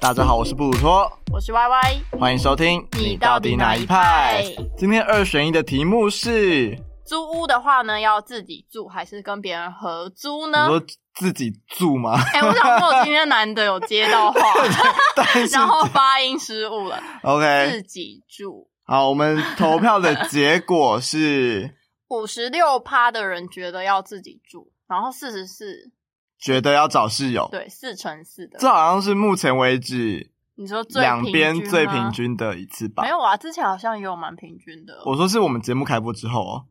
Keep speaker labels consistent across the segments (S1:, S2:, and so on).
S1: 大家好，我是布鲁托，
S2: 我是 Y Y，
S1: 欢迎收听。
S2: 你到底哪一派？
S1: 今天二选一的题目是：
S2: 租屋的话呢，要自己住还是跟别人合租
S1: 你
S2: 呢？
S1: 说自己住吗？
S2: 哎、我想说，我今天难得有接 到话，
S1: 但是哎
S2: 然后发音失误了，自
S1: OK，
S2: 己住。
S1: 好，我们投票的结果是
S2: 五十六趴的人觉得要自己住，然后四十四，
S1: 觉得要找室友，
S2: 对，四乘四的
S1: 这。好像是目前为止
S2: 你说最
S1: 两边
S2: 平均
S1: 最
S2: 吗
S1: 平均的一次吧
S2: 没。有啊？之前好像也有蛮平均的。
S1: 我说是我们节目开播之后哦。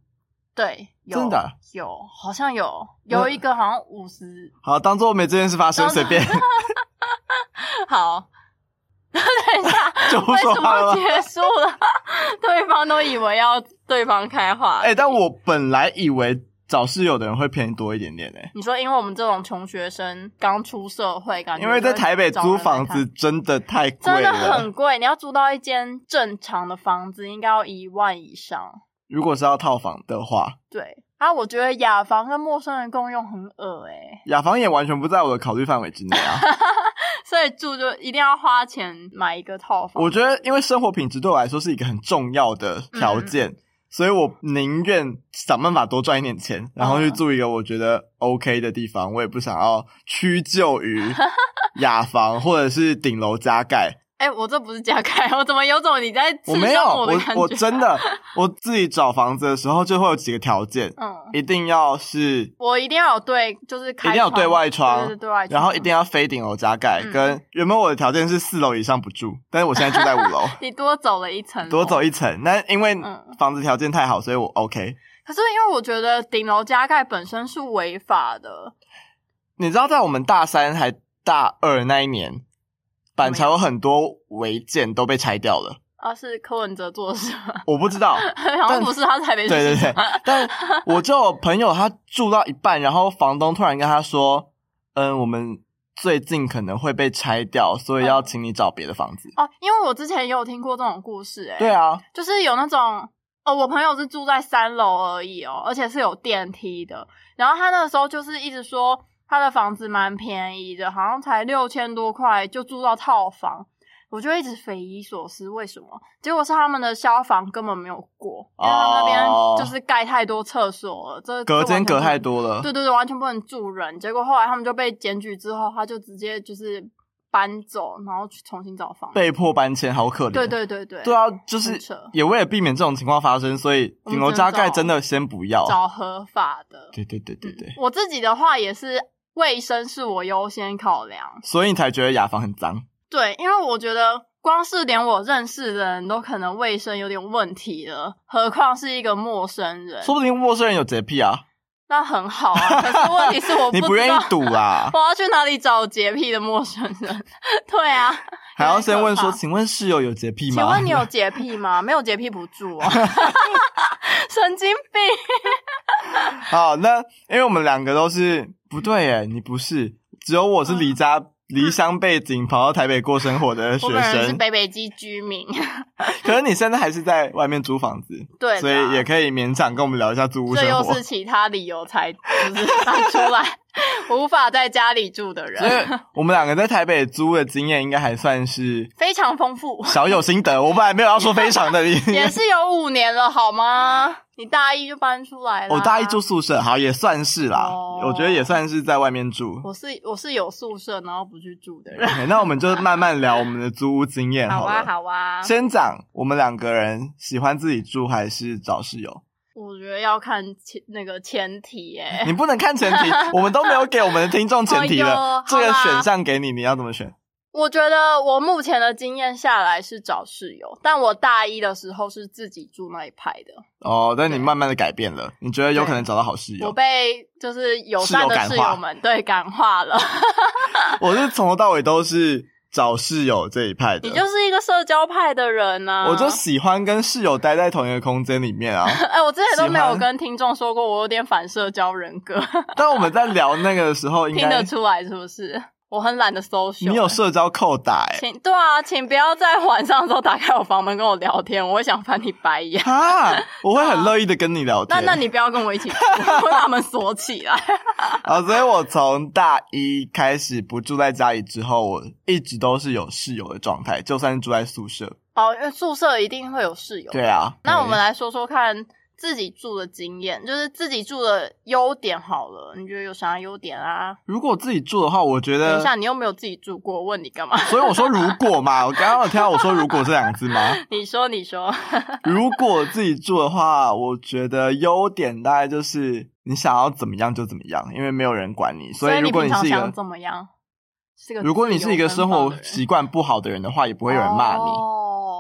S2: 对，有
S1: 真的啊呃
S2: 有，好像有有一个好像五十，
S1: 好，当做没这件事发 生，
S2: 当
S1: 随便
S2: 好。 等一下，
S1: 就不
S2: 为
S1: 说
S2: 什
S1: 话
S2: 么
S1: 了吗。
S2: 结束了？ 对方都以为要对方开话。
S1: 哎、但我本来以为找室友的人会便宜多一点欸点呢、
S2: 你说，因为我们这种穷学生刚出社会，感觉
S1: 因为在台北
S2: 就会
S1: 租房
S2: 找人
S1: 子真的太贵
S2: 来看真的
S1: 了。
S2: 很贵，你要租到一间正常的房子，应该要一万以上。
S1: 如果是要套房的话，
S2: 对啊，我觉得雅房跟陌生人共用很恶哎、
S1: 雅房也完全不在我的考虑范围之内啊。
S2: 所以住就一定要花钱买一个套房。
S1: 我觉得，因为生活品质对我来说是一个很重要的条件，
S2: 嗯
S1: 所以我宁愿想办法多赚一点钱，然
S2: 嗯
S1: 后去住一个我觉得 OK 的地方。我也不想要屈就 于雅房或者是顶楼加盖。
S2: 哎、我这不是加开， 我怎么有种你在刺
S1: 我没有，
S2: 伤的
S1: 我
S2: 感觉？啊
S1: 我真的我自己找房子的时候就会有几个条件，
S2: 嗯，
S1: 一定要是
S2: 我一定要有对，就是开
S1: 一定要有对外窗
S2: 对对对对外窗，
S1: 然后一定要非顶楼加盖，
S2: 嗯
S1: 跟原本我的条件是四楼以上不住，但是我现在住在五 楼，
S2: 你多走了一层哦楼，
S1: 多走一层。那因为
S2: 嗯
S1: 房子条件太好，所以我 OK。
S2: 可是因为我觉得顶楼加盖本身是违法的，
S1: 你知道，在我们大三还大二那一年，板桥有很多违建都被拆掉了，
S2: 啊，是柯文哲做的事吗？
S1: 我不知道。
S2: 好像不是，他是台北
S1: 对对
S2: 市市
S1: 对
S2: 长，
S1: 但我就有朋友他住到一半，然后房东突然跟他说：“嗯，我们最近可能会被拆掉，所以
S2: 嗯
S1: 要请你找别的房子。
S2: 哦，因为我之前也有听过这种故事、哎，
S1: 对，啊，
S2: 就是有那种。哦，我朋友是住在三楼而已哦，而且是有电梯的。然后他那个时候就是一直说他的房子蛮便宜的，好像才六千多块就住到套房，我就一直匪夷所思，为什么？结果是他们的消防根本没有过，因为他们那边
S1: 哦
S2: 就是盖太多厕所了，这
S1: 隔间隔太
S2: 多。
S1: 多了。
S2: 对对对，完全不能住人。结果后来他们就被检举之后，他就直接就是搬走，然后去重新找房。
S1: 被迫搬迁，好可怜。哦
S2: 对对对对，
S1: 对啊，就是
S2: 很扯
S1: 也为了避免这种情况发生，所以顶楼加盖真的先不要。
S2: 找嗯合法的。
S1: 对对对对对，
S2: 我自己的话也是卫生是我优先考量，
S1: 所以你才觉得雅房很脏。
S2: 对，因为我觉得光是连我认识的人都可能卫生有点问题了，何况是一个陌生人。
S1: 说不定陌生人有洁癖啊，
S2: 那很好啊，可是问题是 我
S1: 你
S2: 不
S1: 不
S2: 知
S1: 愿意
S2: 道，
S1: 赌啊
S2: 我要去哪里找洁癖的陌生人？对啊，
S1: 还要先问
S2: 有
S1: 说，
S2: 点可怕
S1: 请问室友有洁癖吗？
S2: 请问你有洁癖吗？没有洁癖不住哦，神经病！
S1: 好，那因为我们两个都是不对耶，你不是，只有我是离家。离乡背景跑到台北过生活的学
S2: 嗯 我本人是
S1: 生，
S2: 北北基居民，
S1: 可是你现在还是在外面租房子，
S2: 对啦，
S1: 所以也可以勉强跟我们聊一下租屋
S2: 这
S1: 生
S2: 又
S1: 活
S2: 是。其他理由才就是 搬出来，无法在家里住的
S1: 所
S2: 人，
S1: 以我们两个在台北租的经验应该还算是
S2: 非常丰富，
S1: 小有心得。我本来没有要说非常 的，
S2: 也是有五年了，好吗？你大一就搬出来了，啊
S1: 我哦大一住，宿舍，好也算是啦。
S2: 哦
S1: 我觉得也算是在外面住。
S2: 我是我是有宿舍然后不去住的人，
S1: OK，那我们就慢慢聊我们的租屋经验
S2: 好
S1: 好了。
S2: 啊好啊，
S1: 先讲我们两个人喜欢自己住还是找室 友？
S2: 我觉得要看前那个前提哎、
S1: 你不能看前 提，我们都没有给我们的听众前提了。
S2: 哎呦
S1: 这个
S2: 好啦
S1: 选项给你，你要怎么选？
S2: 我觉得我目前的经验下来是找室友，但我大一的时候是自己住那一派的，
S1: 哦，但你
S2: 对
S1: 慢慢的改变了，你觉得有可能找到好室
S2: 我
S1: 友？
S2: 被就是友善的
S1: 室友感化
S2: 室友们对感化了。
S1: 我是从头到尾都是找室友这一派的
S2: 你，就是一个社交派的人啊呢、
S1: 我就喜欢跟室友待在同一个空间里面啊。
S2: 哎、我之前都没
S1: 喜
S2: 有
S1: 欢
S2: 跟听众说过，我有点反社交人格，
S1: 但我们在聊那个的时候，应
S2: 听
S1: 该
S2: 得出来是不是？我很懒得搜寻。
S1: 你有社交扣打 哎、
S2: 请对啊，请不要在晚上的时候打开我房门跟我聊天，我会想翻你 白眼。
S1: 啊，我会很乐意的跟你聊天。
S2: 那那你不要跟 我一起住，我会把门锁起来。
S1: 啊，所以我从大一开始不住在家里之后，我一直都是有室友的状态，就算是住在宿舍。
S2: 哦，因为宿舍一定会有室友。
S1: 对啊，
S2: 那我们
S1: 对
S2: 来说说看自己住的经验，就是自己住的优点好了。你觉得有啥优点啊？
S1: 如果自己住的话，我觉
S2: 等
S1: 得
S2: 一，下，你又没有自己住过，问你干嘛？
S1: 所以我说如果嘛，我刚刚有听到我说如果这两个 字吗？
S2: 你说，你说，
S1: 如果自己住的话，我觉得优点大概就是你想要怎么样就怎么样，因为没有人管你。所以如
S2: 你
S1: 果
S2: 平常
S1: 是一
S2: 想
S1: 个
S2: 怎么样？是个
S1: 如果你
S2: 自
S1: 是一
S2: 由
S1: 个
S2: 奔
S1: 生
S2: 放
S1: 活
S2: 的人
S1: 习惯不好的人的话，也不会有人骂你。
S2: 哦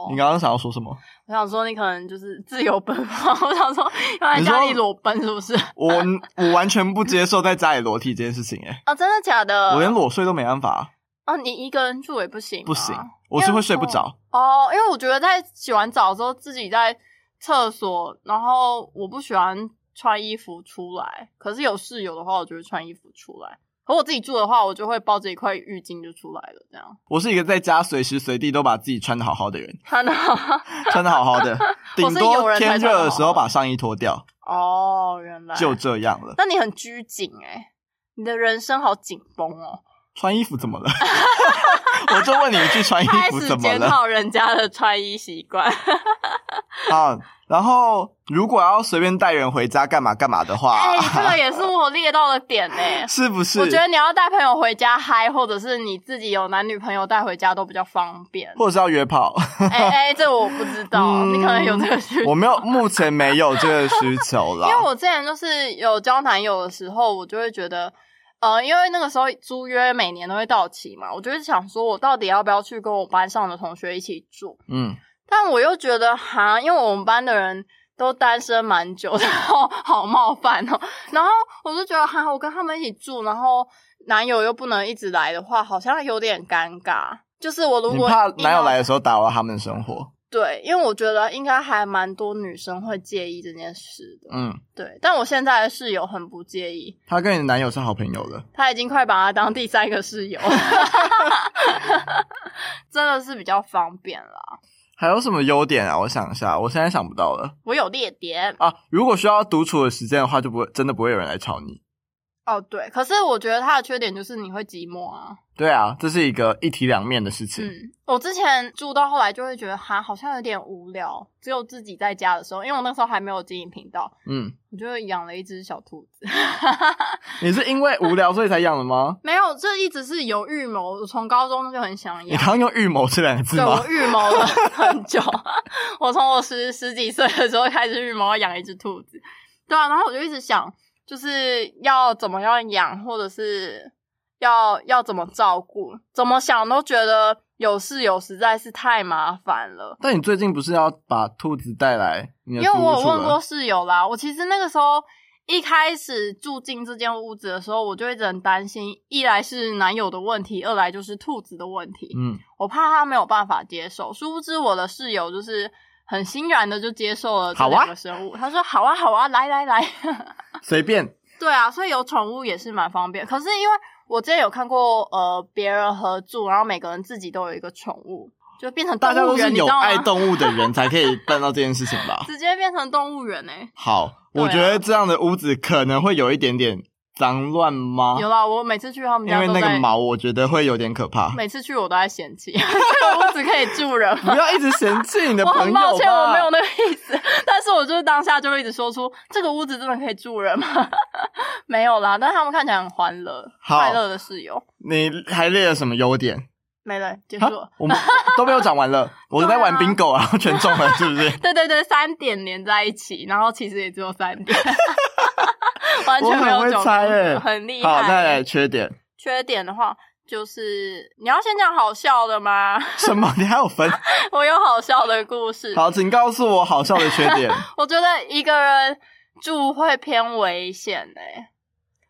S1: 你刚刚想要说什么？
S2: 我想说，你可能就是自由奔放。我想说，要来
S1: 你
S2: 家
S1: 说
S2: 里裸奔是不 是？
S1: 我我完全不接受在家里裸体这件事情、欸，
S2: 啊，真的假的？
S1: 我连裸睡都没办法，
S2: 啊，你一个人住也不行吗，
S1: 不行，我是会睡不着。
S2: 哦，因为我觉得在洗完澡之后自己在厕所，然后我不喜欢穿衣服出来。可是有室友的话，我就会穿衣服出来。可我自己住的话，我就会抱着一块浴巾就出来了，这样。
S1: 我是一个在家随时随地都把自己穿的好好的人，
S2: 看到
S1: 穿的好好 的，顶
S2: 我是有
S1: 多
S2: 人才
S1: 天
S2: 穿得
S1: 热的时候
S2: 好好的
S1: 把上衣脱掉，
S2: 哦，原来
S1: 就这样了。
S2: 那你很拘谨哎、你的人生好紧绷哦。
S1: 穿衣服怎么了？ 我就问你一句，穿哎衣
S2: 开
S1: 服
S2: 始
S1: 怎么
S2: 检
S1: 了
S2: 讨人家的穿衣习惯，
S1: 啊？然后如果要随便带人回家干嘛干嘛的话，
S2: 哎、这个也是我列到的点呢、
S1: 是不啊是？
S2: 我觉得你要带朋友回家嗨，或者是你自己有男女朋友带回家都比较方便。
S1: 或者是要约炮，
S2: 哎哎、这我不知道，
S1: 嗯
S2: 你可能有这个需 求
S1: 我。没有，目前没有这个需求啦。
S2: 因为我之前就是有交男友的时候，我就会觉得，呃，因为那个时候租约每年都会到期嘛，我就是想说我到底要不要去跟我班上的同学一起住，
S1: 嗯，
S2: 但我又觉得哈，因为我们班的人都单身蛮久的，然后好冒犯哦。然后我就觉得哈，我跟他们一起住，然后男友又不能一直来的话，好像有点尴尬。就是我如
S1: 你
S2: 果
S1: 怕
S2: 硬
S1: 男友
S2: 要
S1: 来的时候打扰他们的生活，
S2: 对，因为我觉得应该还蛮多女生会介意这件事的。
S1: 嗯，
S2: 对，但我现在的室友很不介意，
S1: 他跟你的男友是好朋友了。
S2: 他已经快把他当第三个室 友，真的是比较方便啦。
S1: 还有什么优点啊？我想一下，我现在想不到了
S2: 我有列点，
S1: 啊。如果需要独处的时间的话，就不会真的不会有人来吵你。
S2: 哦，对，可是我觉得它的缺点就是你会寂寞啊。
S1: 对啊，这是一个一体两面的事情。
S2: 嗯，我之前住到后来就会觉得，哈，好像有点无聊，只有自己在家的时候，因为我那时候还没有经营频道，
S1: 嗯，
S2: 我就养了一只小兔子。
S1: 你是因为无聊所以才养的吗？
S2: 没有，这一直是有预谋，我从高中就很想
S1: 你
S2: 养。
S1: 刚刚用“预谋”这两个字
S2: 对，我
S1: 吗？
S2: 预谋了很久，我从我十十几岁的时候开始预谋要养一只兔子，对啊，然后我就一直想，就是要怎么样养，或者是要要怎么照顾，怎么想都觉得有室友实在是太麻烦了。
S1: 但你最近不是要把兔子带来你的
S2: 因
S1: 租
S2: 为
S1: 屋
S2: 我有
S1: 处
S2: 问过
S1: 了？
S2: 室友啦，我其实那个时候一开始住进这间屋子的时候，我就一直很担心，一来是男友的问题，二来就是兔子的问题。
S1: 嗯，
S2: 我怕他没有办法接受。殊不知我的室友就是很欣然的就接受了这
S1: 好啊
S2: 两个生物，他说好啊好啊，来来来，
S1: 随便。
S2: 对啊，所以有宠物也是蛮方便。可是因为我之前有看过呃别人合住，然后每个人自己都有一个宠物，就变成动
S1: 大家
S2: 物
S1: 都
S2: 园，
S1: 是
S2: 你知
S1: 有
S2: 道
S1: 爱
S2: 吗？？
S1: 动物的人才可以办到这件事情吧
S2: 直接变成动物园呢、
S1: 好，
S2: 对啊
S1: 我觉得这样的屋子可能会有一点点脏乱吗？
S2: 有啦，我每次去他们
S1: 啊因
S2: 家
S1: 为
S2: 都
S1: 那个
S2: 在，
S1: 毛，我觉得会有点可怕。
S2: 每次去我都在嫌弃，这 个屋子可以住人
S1: 不
S2: 吗？
S1: 要一直嫌弃你的
S2: 我
S1: 朋
S2: 很
S1: 友
S2: 抱歉，
S1: 吧
S2: 我没有那个意思， 但是我就是当下就会一直说出这个屋子真的可以住人吗？ 没有啦，但是他们看起来很欢乐、
S1: 好
S2: 快乐的室友。
S1: 你还列了什么优点？
S2: 没啊了，结束
S1: 啊
S2: 了。
S1: 我们都没有讲完 了，我在玩 bingo，然后全中了，是不是？
S2: 对对对，三点连在一起，然后其实也只有三 点，完
S1: 我
S2: 全没
S1: 很
S2: 有
S1: 会
S2: 九
S1: 猜诶
S2: 个，很 厉害。欸
S1: 好，再来缺点，
S2: 缺点的话，就是你要先讲好笑的吗？
S1: 什么？你还有分？
S2: 我有好笑的故事。
S1: 好，请告诉我好笑的缺 点。
S2: 我觉得一个人住会偏危险诶、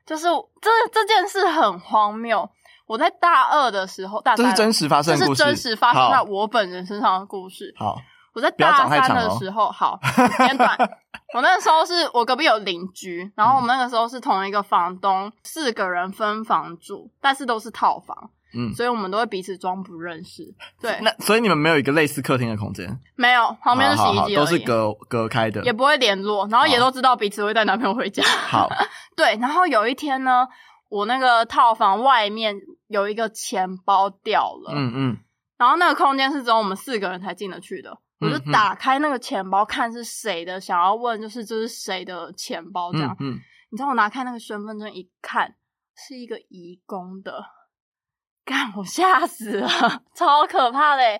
S2: 就是这这件事很荒谬。我在大二的时候，大
S1: 这
S2: 三
S1: 是真实发
S2: 这
S1: 生的
S2: 是
S1: 故事，
S2: 真实发生在
S1: 好
S2: 我本人身上的故事。
S1: 好，
S2: 我在
S1: 不要
S2: 大
S1: 讲太
S2: 三
S1: 长
S2: 的
S1: 哦
S2: 时候，好，简短。我那个时候是我隔壁有邻居，然后我们那个时候是同一个房东，四个人分房住，但是都是套房。
S1: 嗯
S2: 所以我们都会彼此装不认识。对，
S1: 那所以你们没有一个类似客厅的空间，
S2: 没有，旁边是洗
S1: 好
S2: 衣
S1: 好好
S2: 机而
S1: 都
S2: 已，
S1: 是隔隔开的
S2: 也。不会联络，然后也
S1: 好
S2: 都知道彼此会带男朋友回家。
S1: 好，
S2: 对，然后有一天呢，我那个套房外面有一个钱包掉了，
S1: 嗯嗯，
S2: 然后那个空间是只有我们四个人才进得去的。我就
S1: 嗯嗯
S2: 打开那个钱包看是谁的，想要问就是这是谁的钱包这样
S1: 嗯。嗯，
S2: 你知道我拿开那个身份证一看，是一个移工的，干我吓死了， 超可怕嘞！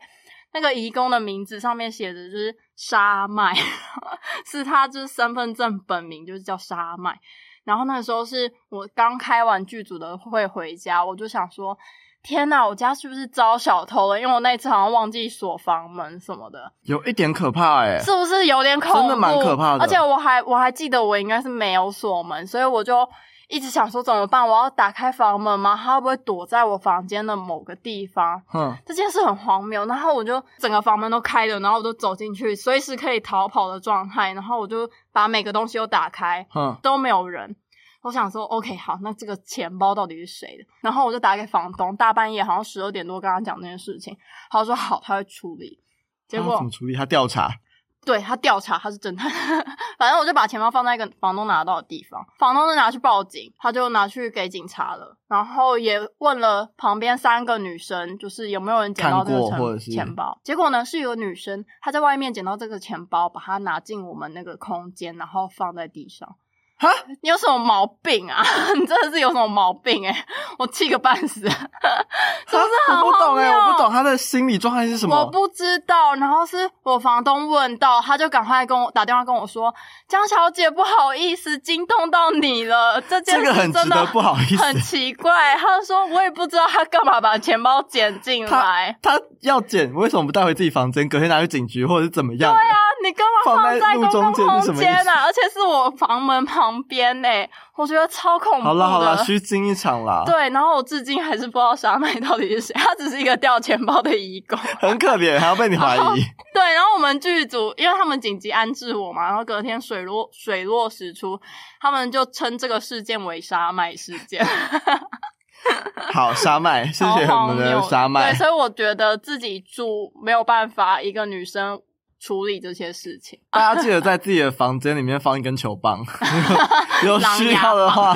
S2: 那个移工的名字上面写着就是沙麦， 是他就是身份证本名就是叫沙麦。然后那时候是我刚开完剧组的会回家，我就想说，天哪，我家是不是遭小偷了？因为我那一次好像忘记锁房门什么的。
S1: 有一点可怕哎、
S2: 是不是有点恐怖？
S1: 真的蛮可怕的
S2: 而且我还我还记得我应该是没有锁门，所以我就一直想说怎么办？我要打开房门吗？他会不会躲在我房间的某个地方？
S1: 哼，
S2: 这件事很荒谬，然后我就整个房门都开着，然后我就走进去，随时可以逃跑的状态，然后我就把每个东西都打开，
S1: 哼，
S2: 都没有人。我想说，OK，好，那这个钱包到底是谁的？然后我就打给房东，大半夜好像十二点多跟他讲这件事情，他说好，他会处理。结
S1: 他
S2: 果
S1: 哦怎么处理？他调查，
S2: 对他调查，他是侦探。 反正我就把钱包放在一个房东拿到的地方，房东就拿去报警，他就拿去给警察了，然后也问了旁边三个女生，就是有没有人捡到这
S1: 看
S2: 个
S1: 过或者
S2: 钱
S1: 是
S2: 钱包。结果呢，是有女生她在外面捡到这个钱包，把它拿进我们那个空间，然后放在地上。
S1: 哈，
S2: 你有什么毛病啊？ 你真的是有什么毛病哎、 我气个半死。
S1: 哈
S2: 很
S1: 我不懂哎、
S2: 荒谬啊
S1: 我不懂他的心理状态是什么。
S2: 我不知道。然后是我房东问到，他就赶快跟我打电话跟我说：“江小姐，不好意思，惊动到你了，这件
S1: 这个
S2: 事
S1: 很值
S2: 真的
S1: 得不好意
S2: 很
S1: 思，
S2: 奇怪。”他说：“我也不知道他干嘛把钱包捡进来。”
S1: 他要捡，为什么不带回自己房间，隔天拿去警局或者是怎么样的？
S2: 对啊，你干嘛放在公
S1: 放在路
S2: 共
S1: 中间是什
S2: 空
S1: 么意
S2: 间
S1: 思
S2: 啊？而且是我房门旁边呢、我觉得超恐怖的。
S1: 好啦好啦，虚惊一场啦，
S2: 对，啊然后我至今还是不知道沙麦到底是谁，他只是一个掉钱包的义工。
S1: 很可怜，还要被你怀疑。
S2: 对，然后我们剧组，因为他们紧急安置我嘛，然后隔天水落水落石出，他们就称这个事件为沙麦事件，
S1: 好，沙麦， 谢
S2: 好
S1: 谢我
S2: 荒
S1: 们
S2: 谬
S1: 的沙麦
S2: 对，。所以我觉得自己住没有办法一个女生处理这些事情。
S1: 大家记得在自己的房间里面放一根球 棒， 有
S2: 狼牙
S1: 需要的话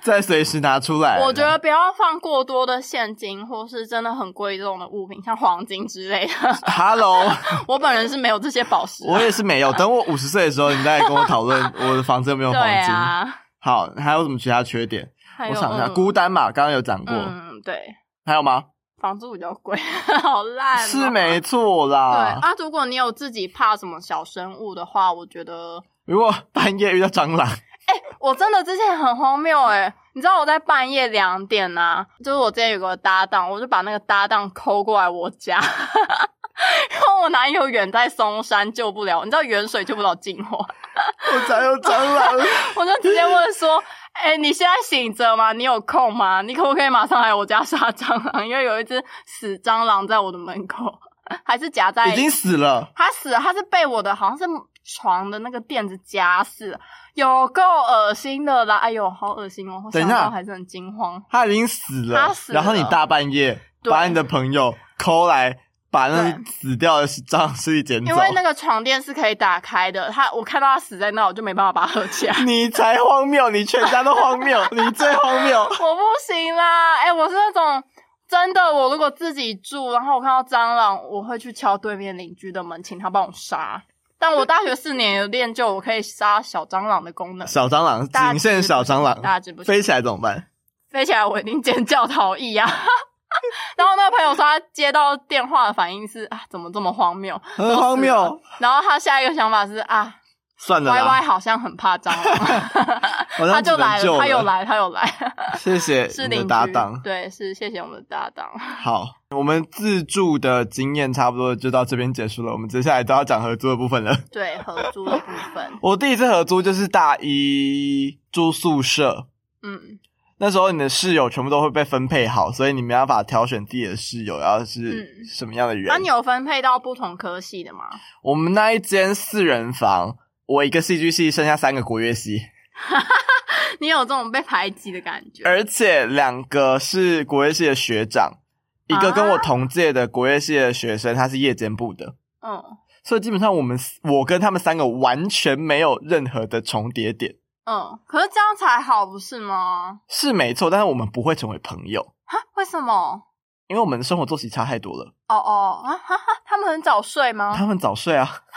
S1: 再随时拿出来。
S2: 我觉得不要放过多的现金，或是真的很贵重的物品，像黄金之类的。
S1: ，Hello，
S2: 我本人是没有这些宝石 啊、
S1: 我也是没有。等我五十岁的时候，你再跟我讨论我的房子有没有黄
S2: 对
S1: 金。
S2: 啊，
S1: 好，还有什么其他缺点？
S2: 还有
S1: 我想一下，
S2: 嗯
S1: 孤单嘛，刚刚有讲过，
S2: 嗯，对，
S1: 还有吗？
S2: 房租比较贵， 好烂、哦。
S1: 是没错啦
S2: 对。啊，如果你有自己怕什么小生物的话，我觉得
S1: 如果半夜遇到蟑螂，
S2: 我真的之前很荒谬诶、你知道我在半夜两点呐、就是我之前有个搭档，我就把那个搭档抠过来我家， 然后我男友远在松山救不了，你知道远水救不了近火，
S1: 我家有蟑 螂，
S2: 我就直接问说。哎、你现在醒着吗？你有空吗？你可不可以马上来我家杀蟑螂？因为有一只死蟑螂在我的门口，还是夹在
S1: 已经死了。
S2: 他死了，他是被我的好像是床的那个垫子夹死了，有够恶心的啦！哎呦，好恶心哦！我
S1: 等
S2: 想
S1: 一下
S2: 到还是很惊慌。
S1: 他已经死了，
S2: 他死了
S1: 然后你大半夜
S2: 对
S1: 把你的朋友抠来，把那
S2: 对
S1: 死掉的蟑螂尸体捡走
S2: 因，为那个床垫是可以打开的，他我看到他死在那，我就没办法把它 合起来，
S1: 你才荒谬，你全家都荒 谬，你最荒谬。
S2: 我不行啦！哎、我是那种真的，我如果自己住，然后我看到蟑螂，我会去敲对面邻居的门，请他帮我杀。但我大学四年有练就我可以杀小蟑螂的功能，
S1: 小蟑螂，
S2: 大家
S1: 仅限
S2: 知不
S1: 小
S2: 知
S1: 蟑
S2: 大
S1: 螂，
S2: 家知不知道
S1: 飞起来怎么办？
S2: 飞起来，我一定尖叫逃逸啊！ 然后那个朋友说，他接到电话的反应是啊，怎么这么荒谬？
S1: 很荒
S2: 都死了
S1: 谬。。
S2: 然后他下一个想法是啊
S1: 算了
S2: ，Y Y
S1: 啦，
S2: 好像很怕蟑螂，
S1: 好
S2: 他
S1: 像只
S2: 就
S1: 能
S2: 来
S1: 救
S2: 了，他又，来，他又来，
S1: 谢 谢
S2: 是
S1: 你
S2: 邻
S1: 的搭
S2: 居
S1: 档。
S2: 对，是谢谢我们的搭档。
S1: 好，我们自助的经验差不多就到这边结束了，我们接下来都要讲合租的部分了。
S2: 对合租的部分，
S1: 我第一次合租就是大一住宿舍，
S2: 嗯
S1: 那时候你的室友全部都会被分配好，所以你没办法挑选自己的室友，要是
S2: 嗯
S1: 什么样的人。
S2: 那、你有分配到不同科系的吗？
S1: 我们那一间四人房，我一个戏剧系，剩下三个国乐系，
S2: 你有这种被排挤的感觉？
S1: 哎而且两个是国乐系的学长，一个跟
S2: 啊
S1: 我同届的国乐系的学生，他是夜间部的，
S2: 嗯
S1: 所以基本上我们我跟他们三个完全没有任何的重叠点，
S2: 嗯，可是这样才好，不是吗？
S1: 是没错，但是我们不会成为朋友，
S2: 哈，为什么？
S1: 因为我们的生活作息差太多了。
S2: 哦哦啊哈哈，他们很早睡吗？
S1: 他们早睡啊，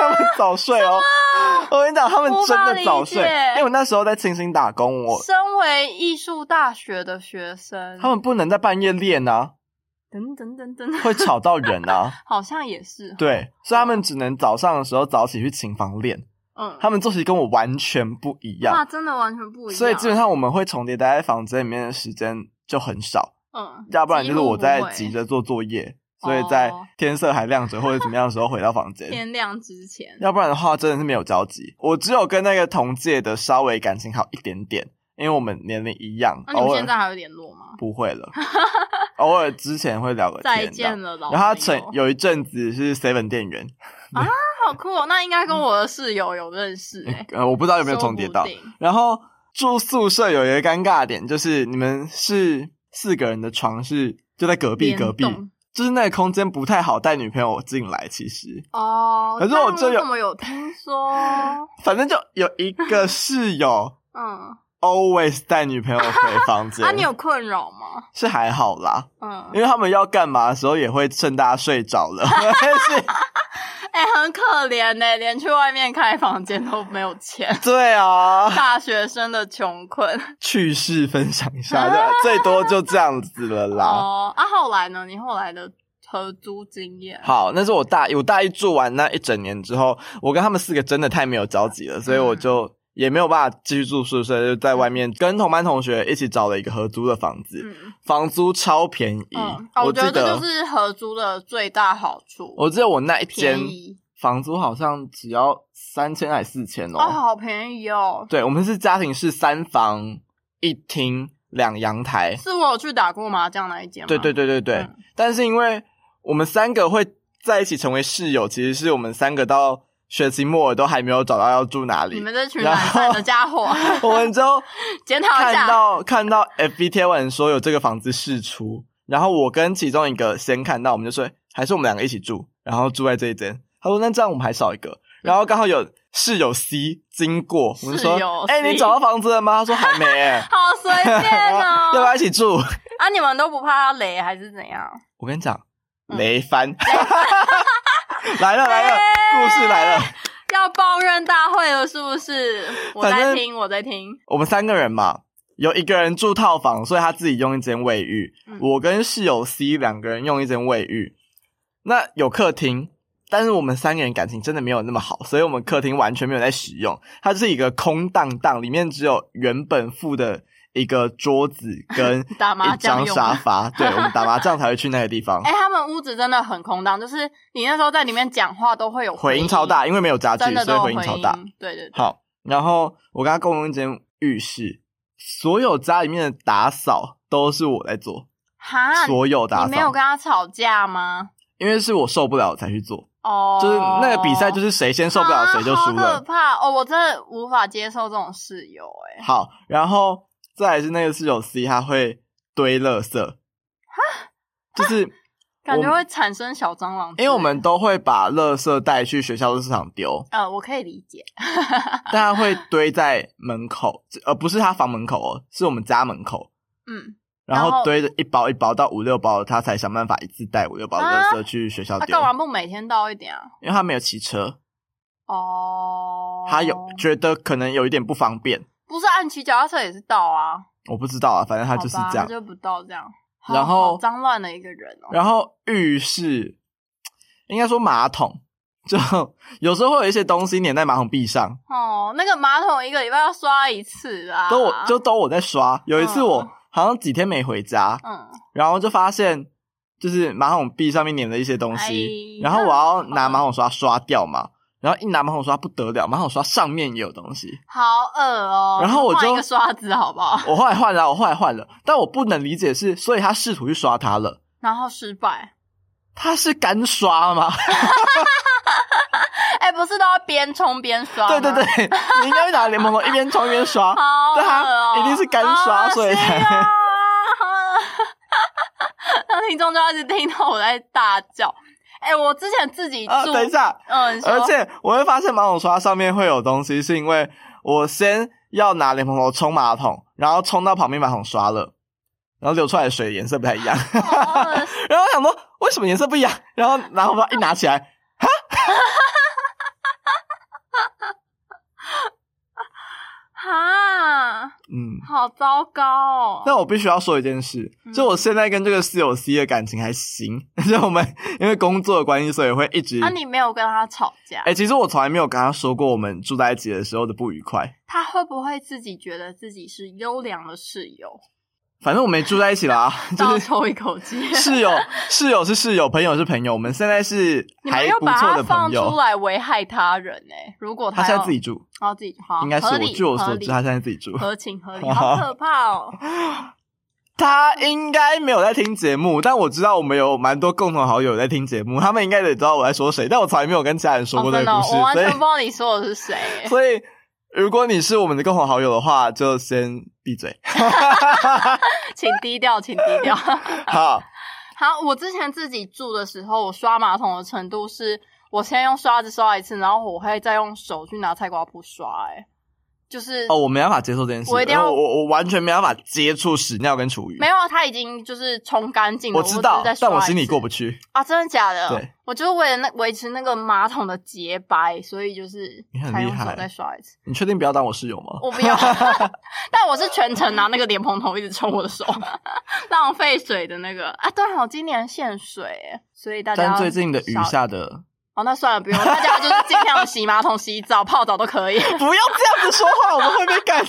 S1: 他们早睡哦。 我跟你讲，他们真的早睡。
S2: 无法理解
S1: 因为我那时候在清新打工，我
S2: 身为艺术大学的学生，
S1: 他们不能在半夜练啊，
S2: 等等等等，
S1: 会吵到人啊。
S2: 好像也是，
S1: 对，所以他们只能早上的时候早起去琴房练。
S2: 嗯，
S1: 他们作息跟我完全不一
S2: 哇，
S1: 样，
S2: 真的完全不一样，啊
S1: 所以基本上我们会重叠待在房间里面的时间就很少，
S2: 嗯，
S1: 要不然就是我在急
S2: 几乎不会
S1: 着做作业，所以在
S2: 哦
S1: 天色还亮着或者怎么样的时候回到房间。
S2: 天亮之前，
S1: 要不然的话真的是没有交集。我只有跟那个同届的稍微感情好一点点，因为我们年龄一样，
S2: 那你
S1: 偶
S2: 们
S1: 尔
S2: 现在还有联络吗？
S1: 不会 了，偶尔之前会聊个天
S2: 再
S1: 这样
S2: 见。了，老
S1: 然后他
S2: 朋
S1: 曾
S2: 友
S1: 有一阵子是 Seven 店员，
S2: 啊好酷哦，那应该跟我的室友有认识哎，
S1: 呃，我不知嗯道有
S2: 有
S1: 没有重叠到。然后住宿舍有一个尴尬点，就是你们是四个人的床是就在隔壁
S2: 联动
S1: 隔壁，就是那个空间不太好带女朋友进来。其实，
S2: 哦？
S1: 可是我
S2: 那
S1: 这有
S2: 怎么有听说？
S1: 反正就有一 个室友
S2: 嗯，
S1: always 带女朋友回房间。
S2: 啊，你有困扰吗？
S1: 是还好啦，
S2: 嗯，
S1: 因为他们要干嘛的时候也会趁大家睡着 了，是，
S2: 哎、很可怜呢、连去外面开房间都没有钱
S1: 对啊，
S2: 大学生的穷困。
S1: 趣事分享一下，对，最多就这样子了啦。
S2: 哦，啊，后来呢？你后来的合租经验？
S1: 好，那是我大一，我大一住完那一整年之后，我跟他们四个真的太没有交集了，所以我就也没有办法继续住宿舍，就在外面跟同班同学一起找了一个合租的房子，
S2: 嗯，
S1: 房租超便宜，
S2: 嗯，哦，我
S1: 记
S2: 觉得这
S1: 得
S2: 就是合租的最大好处，
S1: 我记得我那一间
S2: 便宜
S1: 房租好像只要三千还是四千
S2: 哦，好便宜哦。
S1: 对，我们是家庭式三房一厅两阳台。
S2: 是我有去打过麻将那一间吗？
S1: 对对
S2: 对，
S1: 对对对。
S2: 嗯
S1: 但是因为我们三个会在一起成为室友，其实是我们三个到学期末都还没有找到要住哪
S2: 你
S1: 里。
S2: 们这群
S1: 然
S2: 懒
S1: 后
S2: 散的家伙，
S1: 我们 就
S2: 检讨一
S1: 看
S2: 下。
S1: 到看到 FB 贴文说有这个房子试出，然后我跟其中一个先看到，我们就说哎还是我们两个一起住，然后住在这一间。他说那这样我们还少一
S2: 嗯
S1: 个，然后刚好有室友 C 经过，我们就
S2: 室友
S1: 说哎、你
S2: C。
S1: 找到房子了吗？他说还没、欸
S2: 好随便
S1: 要不
S2: 哦！
S1: 要一起住？
S2: 啊，你们都不怕他雷还是怎样？
S1: 我跟你讲，
S2: 嗯哎
S1: 雷翻， 来了来了，故事来了。
S2: 要抱怨大会了，是不是？我
S1: 反
S2: 在
S1: 正
S2: 听，我在听。
S1: 我们三个人嘛，有一个人住套房，所以他自己用一间卫浴
S2: 嗯；
S1: 我跟室友 C 两个人用一间卫浴。那有客厅，但是我们三个人感情真的没有那么好，所以我们客厅完全没有在使用，它是一个空荡荡，里面只有原本附的一个桌子跟
S2: 打麻
S1: 一
S2: 将
S1: 张
S2: 用
S1: 沙发。对，我们打麻将才会去那个地方
S2: 哎、，他们屋子真的很空荡，就是你那时候在里面讲话都会有
S1: 回音
S2: 音
S1: 超大，，因为没有家具
S2: 真，的
S1: 啊所
S2: 都
S1: 以
S2: 有
S1: 回音超大。。
S2: 对对对，
S1: 好，然后我跟他共用一间浴室，所有家里面的打扫都是我在做，
S2: 哈，
S1: 所有打
S2: 啊你没有
S1: 扫
S2: 跟，他吵架吗？
S1: 因为是我受不了我才去做，
S2: 哦，
S1: 就是那个比赛就是谁先受不了谁就输
S2: 啊好可
S1: 了。
S2: 怕哦！我真的无法接受这种室友、哎，
S1: 好，然后再来是那个室友 C，他会堆垃圾，就是
S2: 感觉
S1: 我
S2: 会产生小蟑螂之类的。
S1: 因为我们都会把垃圾带去学校的市场丢，
S2: 呃，我可以理解，
S1: 但他会堆在门口，呃，不是他房门口哦，是我们家门口。
S2: 嗯，
S1: 然
S2: 然后
S1: 后堆着一包一包到五六包，他才想办法一次带五六包
S2: 啊
S1: 垃圾去学校
S2: 他、
S1: 丢，
S2: 干嘛不每天到一点啊？
S1: 因为他没有骑车，
S2: 哦，
S1: 他有觉得可能有一点不方便，
S2: 不是按骑脚踏车也是到啊？
S1: 我不知道啊，反正他就是
S2: 好吧
S1: 这样
S2: 他。就不到这样。好
S1: 然后
S2: 好脏乱的一个人哦，
S1: 然后浴室应该说马桶，就有时候会有一些东西粘在马桶壁上，
S2: 哦，那个马桶一个礼拜要刷一次啊，
S1: 都我就都我在刷。有一次我
S2: 嗯
S1: 好像几天没回家，
S2: 嗯，
S1: 然后就发现就是马桶壁上面粘了一些东西，
S2: 哎
S1: 然后我要拿
S2: 那
S1: 马桶刷刷掉嘛，然后一拿马桶刷不得了，马桶刷上面也有东西。
S2: 好恶哦。
S1: 然后我就
S2: 换一个刷子好不好？
S1: 我后来换了，我后来换了，但我不能理解是，所以他试图去刷它了，
S2: 然后失败，
S1: 他是干刷吗？
S2: 哎，不是都要边冲边刷？
S1: 对对，对，你应该拿联盟的一边冲一边 刷，啊
S2: 好恶
S1: 对
S2: 哦，
S1: 啊一定是干刷
S2: 好恶心
S1: 所以才
S2: 啊好恶那听众就一直听到我在大叫。哎、我之前自己住，
S1: 啊，等一下，
S2: 嗯，你说
S1: 而且我会发现马桶刷上面会有东西，是因为我先要拿莲蓬头冲马桶，然后冲到旁边马桶刷了，然后流出来的水颜色不太一样，
S2: 好恶心
S1: 然后我想说为什么颜色不一样，然后拿红包一拿起来，
S2: 哈，
S1: 嗯。
S2: 好糟糕哦。
S1: 但我必须要说一件事，就
S2: 嗯
S1: 我现在跟这个室友 C 的感情还行， 就我们因为工作的关系，所以会一直。
S2: 啊，你没有跟他吵架，
S1: 哎、其实我从来没有跟他说过我们住在一起的时候的不愉快，
S2: 他会不会自己觉得自己是优良的室 友？
S1: 反正我们没住在一起啦， 就
S2: 倒
S1: 是
S2: 抽一口气，
S1: 室 友，室友是室友，朋友是朋友，我们现在是
S2: 你们
S1: 还
S2: 又
S1: 不
S2: 把
S1: 错
S2: 他
S1: 的
S2: 放
S1: 朋
S2: 出
S1: 友。
S2: 来危害他人呢、如果
S1: 他
S2: 要
S1: 现在自己住，
S2: 哦自己好，
S1: 应该是
S2: 合
S1: 我
S2: 理
S1: 据我所
S2: 合
S1: 知，
S2: 理
S1: 他现在自己住。
S2: 合情 合理，好可怕哦！
S1: 他应该没有在听节目，但我知道我们有蛮多共同好友在听节目，他们应该也知道我在说谁，但我从来没有跟家 人说
S2: 哦
S1: 过这
S2: 真
S1: 个
S2: 的哦，
S1: 故事，
S2: 我完
S1: 所
S2: 全
S1: 以
S2: 不知道你说的是谁、欸
S1: 所以，如果你是我们的共同好友的话，就先闭 嘴。
S2: 请低调，请低调。
S1: 好，
S2: 好，我之前自己住的时候，我刷马桶的程度是，我先用刷子刷一次，然后我会再用手去拿菜瓜布刷、哎，就是
S1: 哦，我没办法接受这件事，
S2: 我一定
S1: 因
S2: 要
S1: 为我我完全没办法接触屎尿跟厨余。
S2: 没有，啊它已经就是冲干净了。
S1: 我
S2: 只
S1: 知
S2: 是
S1: 道
S2: 在，
S1: 但我
S2: 刷一
S1: 心里
S2: 次
S1: 过不去。
S2: 啊，真的假的？
S1: 对，
S2: 我就是为了那维持那个马桶的洁白，所以就是
S1: 你很
S2: 才
S1: 厉
S2: 用手
S1: 害
S2: 再刷一次。
S1: 你确定不要当我室友吗？
S2: 我不 要，但我是全程拿那个莲蓬头一直冲我的手， 浪费水的那个啊。对哦，今年限水耶，所以大家
S1: 但最近的雨
S2: 少
S1: 下的，
S2: 哦，那算了，不用，大家就是尽量洗马桶、洗澡、泡澡都可以，
S1: 不要这样子说话，我们会被干。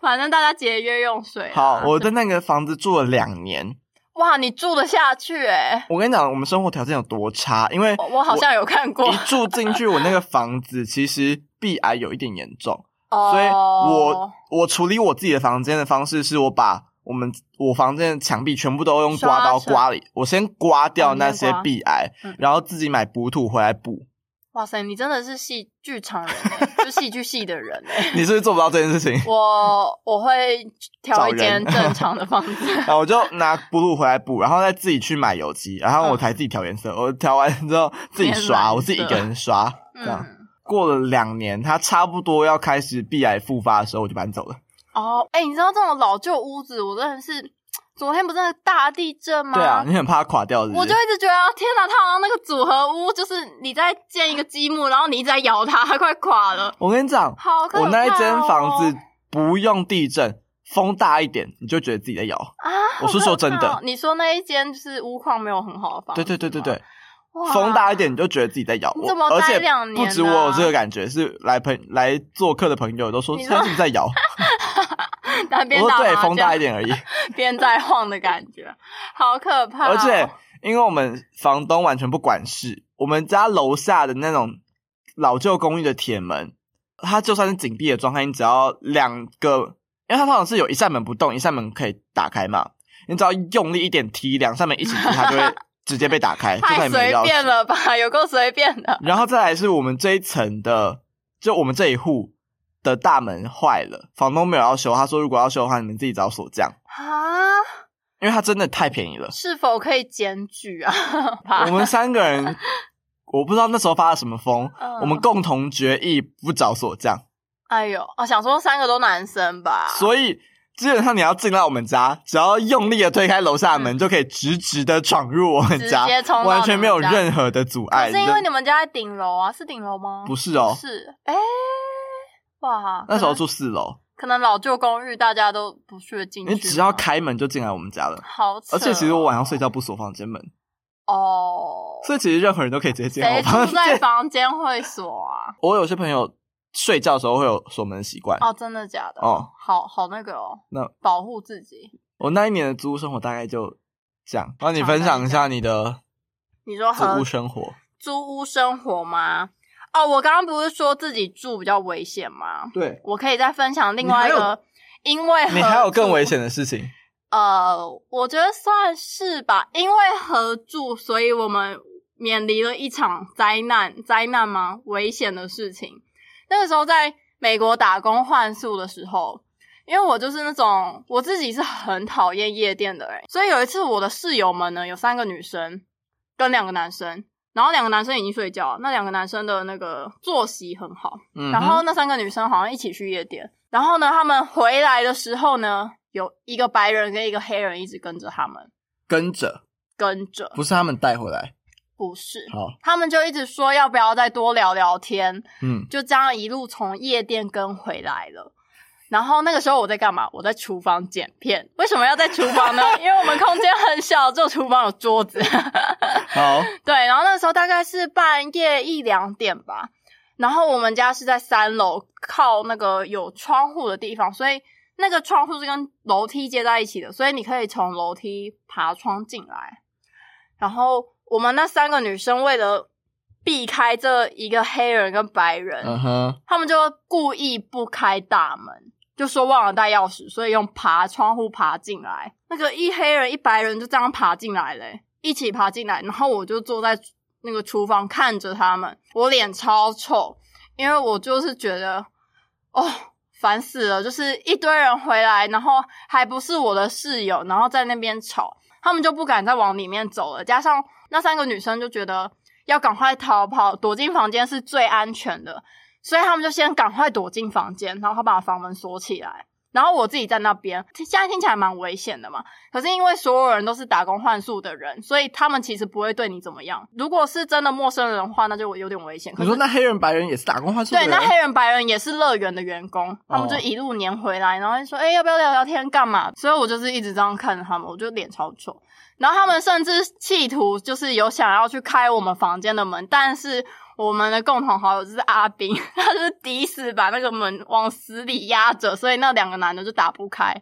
S2: 反正大家节约用水啦。
S1: 好，我在那个房子住了两年，
S2: 哇，你住得下去哎，
S1: 我跟你讲，我们生活条件有多差，因为
S2: 我我好像有看过
S1: 一，住进去，我那个房子其实壁癌有一点严重。所以
S2: 哦
S1: 我我处理我自己的房间的方式是我把我们我房间的墙壁全部都用刮刀
S2: 刷成
S1: 刮里，我先刮掉那些
S2: 哦你先刮
S1: 壁癌，
S2: 嗯
S1: 然后自己买补土回来补。
S2: 哇塞，你真的是戏剧场人欸，就戏剧系的人哎。
S1: 你是不是做不到这件事情？
S2: 我我会挑一
S1: 找
S2: 间
S1: 人
S2: 正常的房子，
S1: 然后我就拿补土回来补，然后再自己去买油漆，然后我
S2: 嗯
S1: 才自己调颜色。我调完之后自己
S2: 天
S1: 刷，
S2: 蓝
S1: 我自己一
S2: 色
S1: 个人刷。这样
S2: 嗯，
S1: 过了两年，它差不多要开始壁癌复发的时候，我就搬走了。
S2: 哦，哎、你知道这种老旧屋子，我真的是昨天不是大地震吗？
S1: 对啊，你很怕它垮掉是不
S2: 我
S1: 是
S2: 就？一直觉得，天哪，它好像那个组合屋，就是你在建一个积木，然后你一直在摇它，它快垮了，
S1: 我跟你讲，
S2: 好可怕、哦！哦
S1: 我那一间房子不用地震，风大一点，你就觉得自己在摇。
S2: 啊，
S1: 我是说真的
S2: 好可怕哦你说那一间就是屋况没有很好的房
S1: 对
S2: 子吗，
S1: 对对对对，
S2: 哦哇，
S1: 风大一点，你就觉得自己在摇。
S2: 你
S1: 我
S2: 怎么
S1: 而
S2: 待
S1: 且
S2: 两
S1: 不
S2: 年
S1: 止我有
S2: 啊
S1: 这个感觉，是来朋来做客的朋友都说
S2: 你
S1: 现
S2: 说
S1: 在是不是在摇？
S2: 但
S1: 我
S2: 边
S1: 说
S2: 打
S1: 对，
S2: 麻
S1: 风大
S2: 将
S1: 一点而已。
S2: 边在晃的感觉，好可怕、哦
S1: 而且因为我们房东完全不管事，我们家楼下的那种老旧公寓的铁门，它就算是紧闭的状态，你只要两个，因为它通常是有一扇门不动，一扇门可以打开嘛，你只要用力一点踢，两扇门一起踢，它就会直接被打开，就算
S2: 太
S1: 你没
S2: 随
S1: 钥匙
S2: 便了吧，有够随便的。
S1: 然后再来是我们这一层的，就我们这一户的大门坏了，房东没有要修，他说如果要修的话，你们自己找锁匠，
S2: 啊，
S1: 因为它真的太便宜了。
S2: 是否可以检举 啊？
S1: 我 们三个人，我不知道那时候发了什么疯，
S2: 嗯
S1: 我们共同决议不找锁匠，
S2: 哎呦，哦，想说三个都男生吧，
S1: 所以基本上你要进到我们家，只要用力的推开楼下的门，就可以直直的闯入我们
S2: 嗯直
S1: 家
S2: 接冲，到
S1: 完全没有
S2: 你们家
S1: 任何的阻
S2: 可
S1: 碍。
S2: 是因为
S1: 你
S2: 你们家在顶楼啊，是顶楼吗？
S1: 的不是哦，
S2: 是，哎、哇，
S1: 那时候
S2: 可能
S1: 住四楼，
S2: 可能老旧公寓大家都不屑进去，
S1: 你只要，开门就进来我们家了。
S2: 好扯哦、
S1: 而且其实我晚上睡觉不锁房间门，
S2: 哦，
S1: 所以其实任何人都可以直接进来我
S2: 谁
S1: 房
S2: 住在
S1: 间。
S2: 房间会锁啊？
S1: 我有些朋友睡觉的时候会有锁门的习惯。
S2: 哦，真的假的？
S1: 哦，
S2: 好好那个哦，
S1: 那
S2: 保护自己。
S1: 我那一年的租屋生活大概就这样。帮你分享一下你的
S2: 你说
S1: 租
S2: 和
S1: 屋生活。
S2: 租屋生活吗？哦，我刚刚不是说自己住比较危险吗？
S1: 对，
S2: 我可以再分享另外一
S1: 你还
S2: 个，因为
S1: 你还
S2: 合
S1: 有更
S2: 住
S1: 危险的事情。
S2: 呃，我觉得算是吧，因为合住，所以我们免离了一场灾难，灾难吗？危险的事情。那个时候在美国打工换宿的时候，因为我就是那种我自己是很讨厌夜店的人，所以有一次我的室友们呢有三个女生跟两个男生，然后两个男生已经睡觉了，那两个男生的那个作息很好，
S1: 嗯哼
S2: 然后那三个女生好像一起去夜店，然后呢，他们回来的时候呢，有一个白人跟一个黑人一直跟着他们，
S1: 跟着，
S2: 跟着
S1: 不是他们带回来。
S2: 不是，
S1: 好，
S2: 他们就一直说要不要再多聊聊天，
S1: 嗯，
S2: 就这样一路从夜店跟回来了。然后那个时候我在干嘛？我在厨房剪片。为什么要在厨房呢？因为我们空间很小，只有厨房有桌子。
S1: 好，
S2: 对，然后那时候大概是半夜一两点吧，然后我们家是在三楼，靠那个有窗户的地方，所以那个窗户是跟楼梯接在一起的，所以你可以从楼梯爬窗进来。然后我们那三个女生为了避开这一个黑人跟白人，
S1: 嗯哼，
S2: 他们就故意不开大门，就说忘了带钥匙，所以用爬窗户爬进来。那个一黑人一白人就这样爬进来嘞、一起爬进来，然后我就坐在那个厨房看着他们，我脸超臭，因为我就是觉得哦。烦死了！就是一堆人回来，然后还不是我的室友，然后在那边吵，他们就不敢再往里面走了。加上那三个女生就觉得要赶快逃跑，躲进房间是最安全的，所以他们就先赶快躲进房间，然后他把房门锁起来。然后我自己在那边，听现在听起来蛮危险的嘛。可是因为所有人都是打工换宿的人，所以他们其实不会对你怎么样。如果是真的陌生人的话，那就有点危险。
S1: 你
S2: 可是
S1: 说那黑人白人也是打工换宿的
S2: 对，
S1: 人？
S2: 那黑人白人也是乐园的员工，他们就一路黏回来，然后就说：“哎、要不要聊聊天？干嘛？”所以我就是一直这样看着他们，我就脸超臭。然后他们甚至企图就是有想要去开我们房间的门，但是我们的共同好友就是阿斌， 他就是抵死把那个门往死里压着，所以那两个男的就打不开，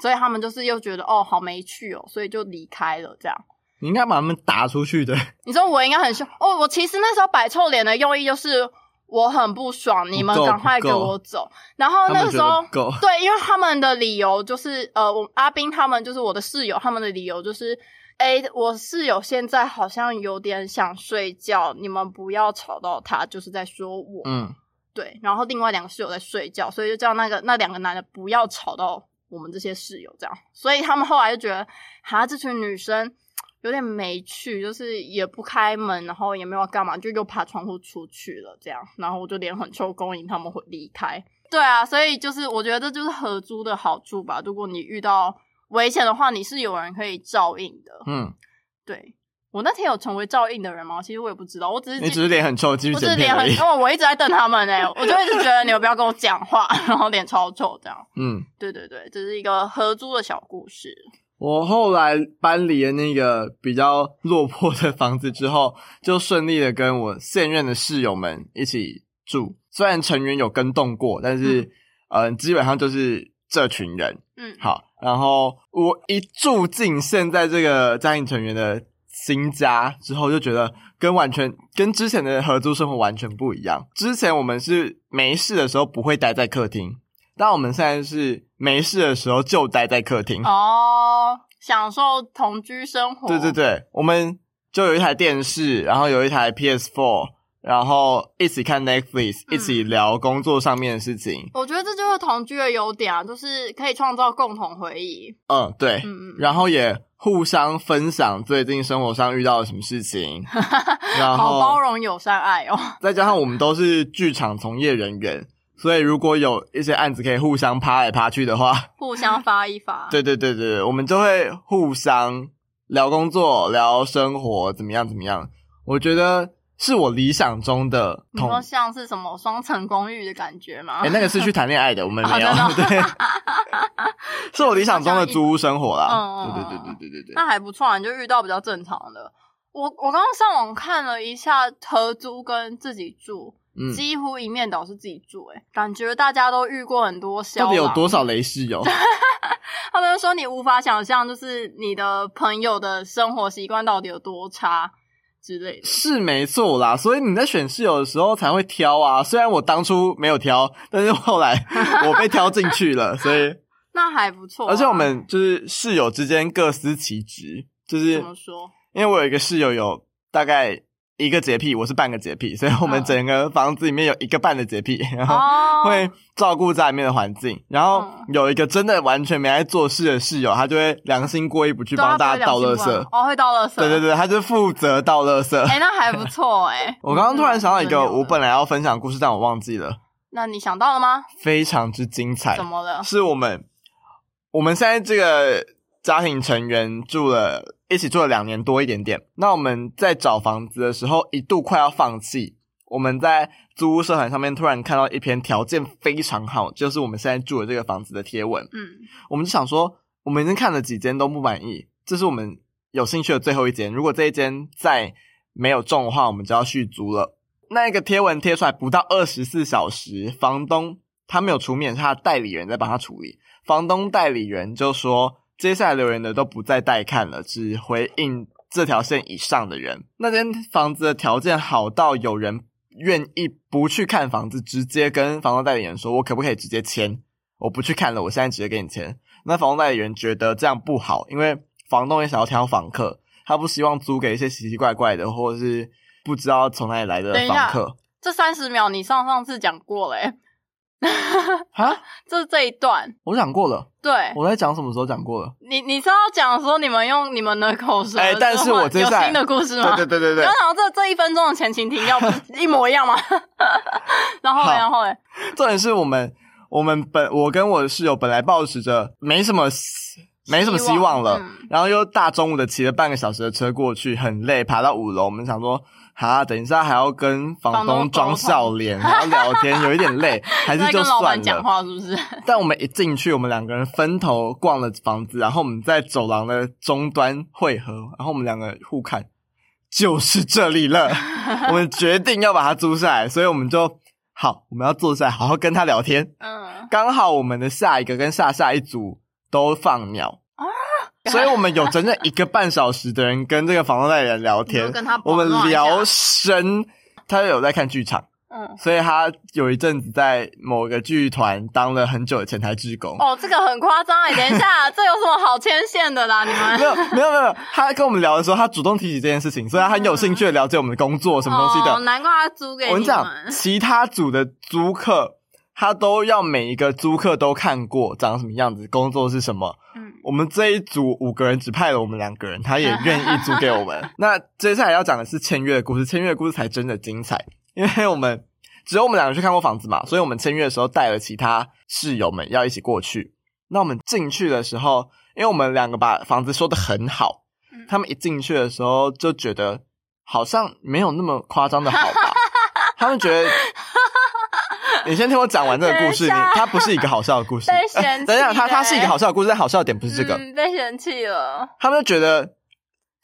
S2: 所以他们就是又觉得哦好没趣哦，所以就离开了这样。
S1: 你应该把他们打出去的。
S2: 你说我应该很凶哦。我其实那时候摆臭脸的用意就是我很不爽，你们
S1: 不够
S2: 赶快
S1: 不
S2: 给
S1: 够
S2: 我走。然后
S1: 他
S2: 那
S1: 们
S2: 个
S1: 觉
S2: 时候
S1: 得不，够，
S2: 对，因为他们的理由就是呃，我阿斌他们就是我的室友，他们的理由就是。哎、我室友现在好像有点想睡觉，你们不要吵到他，就是在说我。
S1: 嗯，
S2: 对，然后另外两个室友在睡觉，所以就叫那个那两个男的不要吵到我们这些室友，这样。所以他们后来就觉得，哈，这群女生有点没趣，就是也不开门，然后也没有干嘛，就又爬窗户出去了，这样。然后我就脸很臭，勾引他们会离开。对啊，所以就是我觉得这就是合租的好处吧。如果你遇到危险的话，你是有人可以照应的。
S1: 嗯，
S2: 对我那天有成为照应的人吗？其实我也不知道，我只是
S1: 你
S2: 记
S1: 只是脸很臭，继续
S2: 不是
S1: 剪片
S2: 脸
S1: 而
S2: 很
S1: 已。
S2: 哦，我一直在瞪他们哎、我就一直觉得你们不要跟我讲话，然后脸超臭这样。
S1: 嗯，
S2: 对对对，这是一个合租的小故事。
S1: 我后来搬离了那个比较落魄的房子之后，就顺利的跟我现任的室友们一起住。虽然成员有跟动过，但是嗯、呃基本上就是这群人。
S2: 嗯，
S1: 好，然后我一住进现在这个家庭成员的新家之后，就觉得跟完全跟之前的合租生活完全不一样。之前我们是没事的时候不会待在客厅，但我们现在是没事的时候就待在客厅。
S2: 哦，享受同居生活。
S1: 对对，对，我们就有一台电视，然后有一台 PS4，然后一起看 Netflix，、
S2: 嗯
S1: 一起聊工作上面的事情。
S2: 我觉得这就是同居的优点啊，就是可以创造共同回忆。
S1: 嗯，对，
S2: 嗯嗯，
S1: 然后也互相分享最近生活上遇到了什么事 情，然
S2: 好包
S1: 后
S2: 容友善爱哦。
S1: 再加上我们都是剧场从业人员。所以，如果有一些案子可以互相趴来趴去的话，
S2: 互相发一发。
S1: 对对对对，对我们就会互相聊工作、聊生活，怎么样怎么样。我觉得是我理想中的
S2: 你
S1: 同
S2: 说像是什么双层公寓的感觉吗？
S1: 哎、那个是去谈恋爱的，我们
S2: 哦
S1: 没有，
S2: 真
S1: 对，是我理想中的租屋生活啦。
S2: 嗯
S1: 对
S2: 嗯
S1: 对
S2: 嗯
S1: 对对对对对，
S2: 那还不错啊，你就遇到比较正常的。我我刚刚上网看了一下合租跟自己住，
S1: 嗯，
S2: 几乎一面倒是自己住、欸，感觉大家都遇过很多
S1: 到
S2: 消
S1: 底有
S2: 防
S1: 多少雷室友？
S2: 他们就说你无法想象，就是你的朋友的生活习惯到底有多差之类的。
S1: 是没错啦，所以你在选室友的时候才会挑啊。虽然我当初没有挑，但是后来 我被挑进去了，所以
S2: 那还不错啊、
S1: 而且我们就是室友之间各司其职，就是
S2: 怎么说？
S1: 因为我有一个室友有大概一个洁癖，我是半个洁癖，所以我们
S2: 嗯
S1: 整个房子里面有一个半的洁癖，然后
S2: 哦，
S1: 会照顾家里面的环境。然后
S2: 嗯
S1: 有一个真的完全没在做事的室友，他就会良心过意不去
S2: 对啊
S1: 帮大家倒
S2: 不会
S1: 垃
S2: 良心
S1: 圾
S2: 不。安哦，会倒垃圾，
S1: 对对对，他就负责倒垃圾。
S2: 哎、那还不错 哎、
S1: 我刚刚突然想到一个，
S2: 嗯真的
S1: 我本来要分享的故事，但我忘记了，
S2: 那你想到了吗？
S1: 非常之精彩
S2: 怎。么了？
S1: 是我们我们现在这个家庭成员住了一起住了两年多一点点。那我们在找房子的时候，一度快要放弃。我们在租屋社团上面突然看到一篇条件非常好，就是我们现在住的这个房子的贴文，
S2: 嗯，
S1: 我们就想说，我们已经看了几间都不满意，这是我们有兴趣的最后一间。如果这一间再没有中的话，我们就要续租了。那个贴文贴出来不到二十四小时，房东他没有出面，是他的代理人在帮他处理。房东代理人就说，接下来留言的都不再带看了，只回应这条线以上的人。那间房子的条件好到有人愿意不去看房子，直接跟房东代理人说：“我可不可以直接签？我不去看了，我现在直接给你签。”那房东代理人觉得这样不好，因为房东也想要挑房客，他不希望租给一些奇奇怪怪的或者是不知道从哪里来的
S2: 等一下
S1: 房客。
S2: 这三十秒你上上次讲过嘞、
S1: 啊，
S2: 这是这一段，
S1: 我讲过了，
S2: 对
S1: 我在讲什么时候讲过了？
S2: 你，你是要讲说你们用你们的口舌，
S1: 哎但是我接
S2: 有
S1: 下来
S2: 新的故事
S1: 对
S2: 吗？
S1: 对对对对
S2: 然，后这这一分钟的前情提 要不是一模一样吗？然后嘞，
S1: 好
S2: 然后嘞，
S1: 重点是我们我们本我跟我的室友本来抱持着没什么希没什么希望了，
S2: 嗯
S1: 然后又大中午的骑了半个小时的车过去，很累，爬到五楼，我们想说。哈，等一下还要跟房
S2: 房东
S1: 东
S2: 沟
S1: 装
S2: 通
S1: 笑脸，还要聊天，有一点 累，还是
S2: 在
S1: 就
S2: 跟老
S1: 算
S2: 板讲
S1: 了。
S2: 话是不是？
S1: 但我们一进去，我们两个人分头逛了房子，然后我们在走廊的终端汇合，然后我们两个互看，就是这里 了。我们决定要把它租下来，所以我们就好，我们要坐下来好好跟他聊天。
S2: 嗯，
S1: 刚好我们的下一个跟下下一组都放鸟
S2: 啊
S1: 所以我们有整整一个半小时的人跟这个房东代理人聊
S2: 你
S1: 天
S2: 就， 跟他
S1: 我们
S2: 保暖一下
S1: 聊深。他有在看剧场，
S2: 嗯，
S1: 所以他有一阵子在某个剧团当了很久的前台志工。
S2: 哦，这个很夸张哎，等 一下，这有什么好牵线的啦？你
S1: 没
S2: 们
S1: 有没有没有，他跟我们聊的时候，他主动提起这件事情，所以他很有兴趣的了解我们的工作什么东西的。
S2: 嗯哦，难怪他租给
S1: 我跟
S2: 你
S1: 你讲，
S2: 们。
S1: 其他组的租客，他都要每一个租客都看过长什么样子，工作是什么。
S2: 嗯，
S1: 我们这一组五个人只派了我们两个人，他也愿意租给我 们。那接下来要讲的是签约的故事，签约的故事才真的精彩，因为我们只有我们两个去看过房子嘛，所以我们签约的时候带了其他室友们要一起过去。那我们进去的时候，因为我们两个把房子说的很好
S2: 嗯，
S1: 他们一进去的时候就觉得好像没有那么夸张的好吧，他们觉 得。你先听我讲完这个故事，你
S2: 等一下
S1: 它不是一个好笑的故事，
S2: 被嫌弃、
S1: 等一下，它它是一个好笑的故事，但好笑的点不
S2: 嗯，
S1: 是这个。
S2: 被嫌弃了，
S1: 他们就觉得，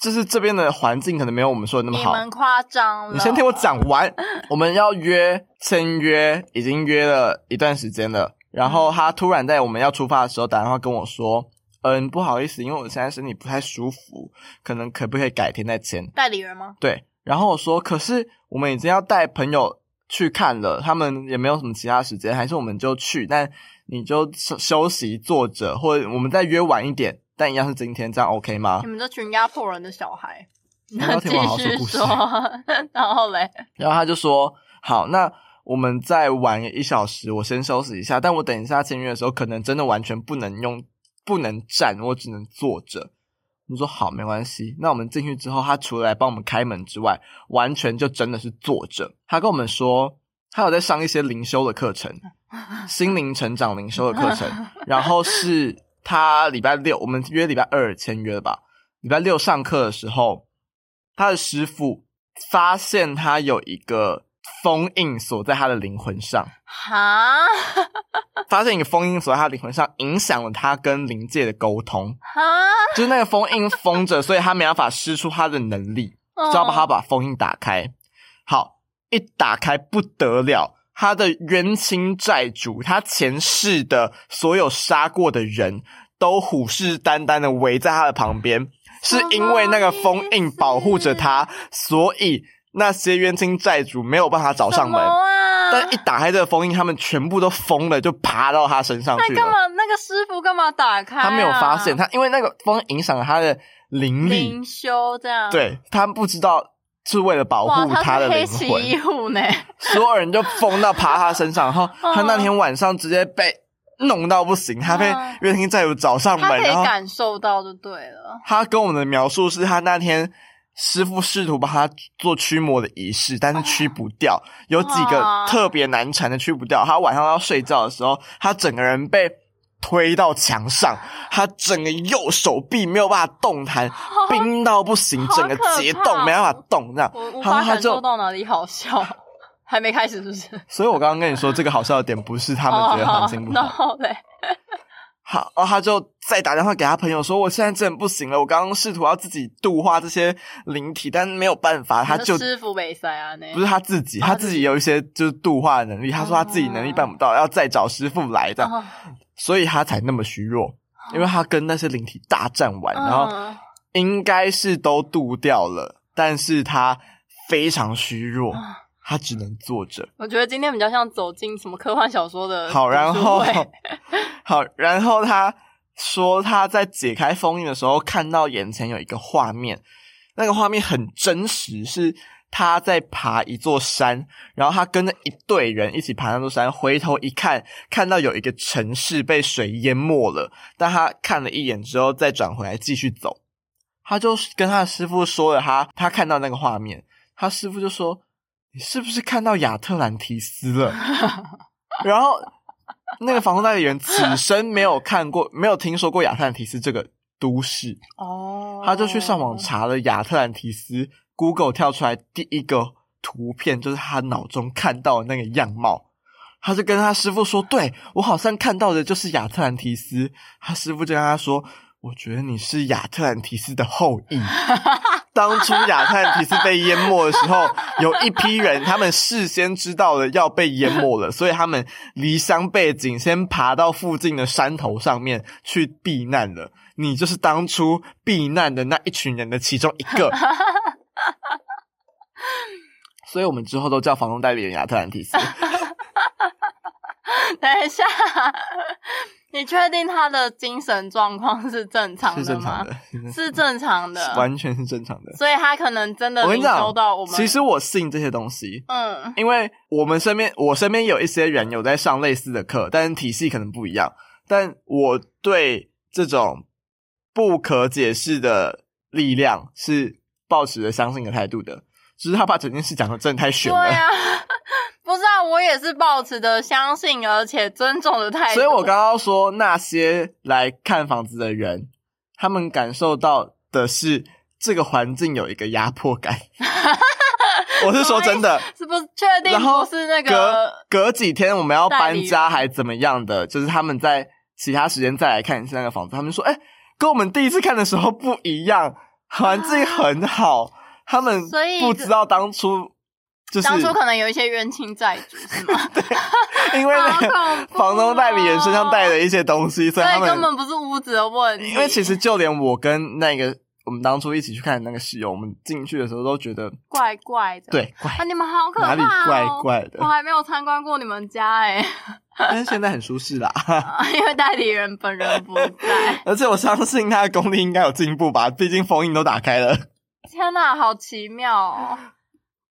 S1: 就是这边的环境可能没有我们说的那么
S2: 你
S1: 好。
S2: 们夸张了。
S1: 你先听我讲完， 我们要约签约，已经约了一段时间了。然后他突然在我们要出发的时候打电话跟我说：“嗯，不好意思，因为我现在身体不太舒服，可能可不可以改天再签
S2: 代理人吗？”？
S1: 对，然后我说：“可是我们已经要带朋友去看了，他们也没有什么其他时间，还是我们就去，但你就休休息坐着，或者我们再约晚一点，但一样是今天，这样 OK 吗？”
S2: 你们这群压迫人的小孩。
S1: 我要
S2: 那继
S1: 听完好说
S2: 续
S1: 故事
S2: 说， 然后嘞，
S1: 然后他就说：“好，那我们再晚一小时，我先休息一下。但我等一下签约的时候，可能真的完全不能用，不能站，我只能坐着。”我说：“好，没关系。”那我们进去之后，他除了来帮我们开门之外，完全就真的是坐着。他跟我们说，他有在上一些灵修的课程，心灵成长灵修的课程。然后是他礼拜六，我们约礼拜二签约的吧。礼拜六上课的时候，他的师傅发现他有一个封印锁在他的灵魂上，
S2: 哈
S1: 发现一个封印锁在他的灵魂上，影响了他跟灵界的沟通。
S2: 哈，
S1: 就是那个封印封着，所以他没办法施出他的能力，
S2: 哦
S1: 就要把他把封印打开。好，一打开不得了。他的冤亲债主，他前世的所有杀过的人都虎视眈眈的围在他的旁边，是因为那个封印保护着他，所以那些冤亲债主没有办法找
S2: 哦什
S1: 上
S2: 么
S1: 门。
S2: 啊？
S1: 但一打开这个封印，他们全部都疯了，就爬到他身上去
S2: 那
S1: 了
S2: 干。嘛？啊那个师傅干嘛打开、
S1: 他没有发现，，他因为那个风影响了他的灵力，
S2: 灵修这样。，
S1: 对他不知道是为了保
S2: 嗯哇，
S1: 护
S2: 他
S1: 的
S2: 是黑
S1: 灵
S2: 崎
S1: 魂
S2: 一，护呢，
S1: 所有人就疯到爬他身上，然 后
S2: 嗯
S1: 他那天晚上直接被弄到不行，他被
S2: 嗯
S1: 月听债主找上
S2: 他
S1: 门，
S2: 可以
S1: 然后
S2: 感受到就对了。
S1: 他跟我们的描述是他那天师傅试图帮他做驱魔的仪式，但是驱不掉，有几个
S2: 哇
S1: 特别难缠的驱不掉。他晚上要睡觉的时候，他整个人被推到墙上，他整个右手臂没有办法动 弹，冰到不行，
S2: 好
S1: 整个
S2: 可
S1: 结
S2: 怕
S1: 冻，没办法动这样。
S2: 我无
S1: 然后
S2: 法
S1: 他
S2: 感受
S1: 就，
S2: 到哪里好笑， 还没开始是不是？
S1: 所以我刚刚跟你说，这个好笑的点不 是他们觉得环境不好
S2: 然，后嘞，
S1: 好，然后他就再打电话给他朋友说：“我现在真的不行了，我刚刚试图要自己度化这些灵体，但没有办法， 他
S2: 你的
S1: 就
S2: 师傅没塞啊，那
S1: 不是他自己，
S2: 哦
S1: 他
S2: 自
S1: 自
S2: 己
S1: 己有一些就是度化的能力，他说他自己能力办不到，要再找师傅来这样，
S2: 啊
S1: 所以他才那么虚弱，
S2: 哦
S1: 因为他跟那些灵体大战完，然后
S2: 嗯
S1: 应该是都度掉了，但是他非常虚
S2: 哦
S1: 弱，他只能坐着。”
S2: 我觉得今天比较像走进什么科幻小说的
S1: 好，然
S2: 读书
S1: 后
S2: 会
S1: 好，然后他说他在解开封印的时候，看到眼前有一个画面，那个画面很真实，是他在爬一座山，然后他跟着一队人一起爬那座山，回头一看，看到有一个城市被水淹没了，但他看了一眼之后，再转回来继续走。他就跟他的师傅说了他他看到那个画面，他师傅就说：“你是不是看到亚特兰提斯了？”然后那个防空代理人此生没有看过，没有听说过亚特兰提斯这个都市，
S2: 哦，
S1: 他就去上网查了亚特兰提斯，Google 跳出来第一个图片就是他脑中看到的那个样貌。他就跟他师傅说：“对我好像看到的就是亚特兰提斯。”他师傅就跟他说：“我觉得你是亚特兰提斯的后裔。当初亚特兰提斯被淹没的时候，有一批人他们事先知道了要被淹没了，所以他们离乡背井，先爬到附近的山头上面去避难了。你就是当初避难的那一群人的其中一 个。所以我们之后都叫房东代理人亚特兰提斯。
S2: 等一下，你确定他的精神状况是正常
S1: 是
S2: 的
S1: 正
S2: 吗
S1: 常？的，
S2: 是正常的，
S1: 完全是正常的。
S2: 所以他可能真的
S1: 我跟
S2: 领
S1: 你
S2: 受
S1: 讲
S2: 到我，们。
S1: 其实我信这些东西，
S2: 嗯，
S1: 因为我们身边我身边有一些人有在上类似的课，但是体系可能不一样。但我对这种不可解释的力量是抱持着相信的态度的，只是他把整件事讲的真的太
S2: 对
S1: 玄了。
S2: 啊，不是啊，我也是抱持着相信而且尊重的态 度。
S1: 所以我刚刚说那些来看房子的人，他们感受到的是这个环境有一个压迫 感。我是说真的，
S2: 是不是确定
S1: 然后
S2: 不是那
S1: 隔
S2: 个？
S1: 隔几天我们要
S2: 代理
S1: 搬
S2: 人
S1: 家还怎么样的，就是他们在其他时间再来看一次那个房子，他们说，哎、跟我们第一次看的时候不一样，环境很 好，他们
S2: 所以
S1: 不知道当初就是
S2: 当初可能有一些冤亲债主是吗？
S1: 因为那 个
S2: 好恐怖哦哦
S1: 房东代理人身上带了一些东西，所
S2: 所
S1: 以他
S2: 以
S1: 们
S2: 根本不是屋子的问题。
S1: 因为其实就连我跟那个我们当初一起去看的那个室友，我们进去的时候都觉得
S2: 怪怪的，
S1: 对怪、
S2: 啊，你们好可怕、
S1: 哪
S2: 哦，
S1: 里怪怪的
S2: 我，还没有参观过你们家哎、
S1: 但是现在很舒适啦。
S2: 啊因为代理人本人不在。
S1: 而且我相信他的功力应该有进步吧，毕竟封印都打开了。
S2: 天哪、好奇妙哦！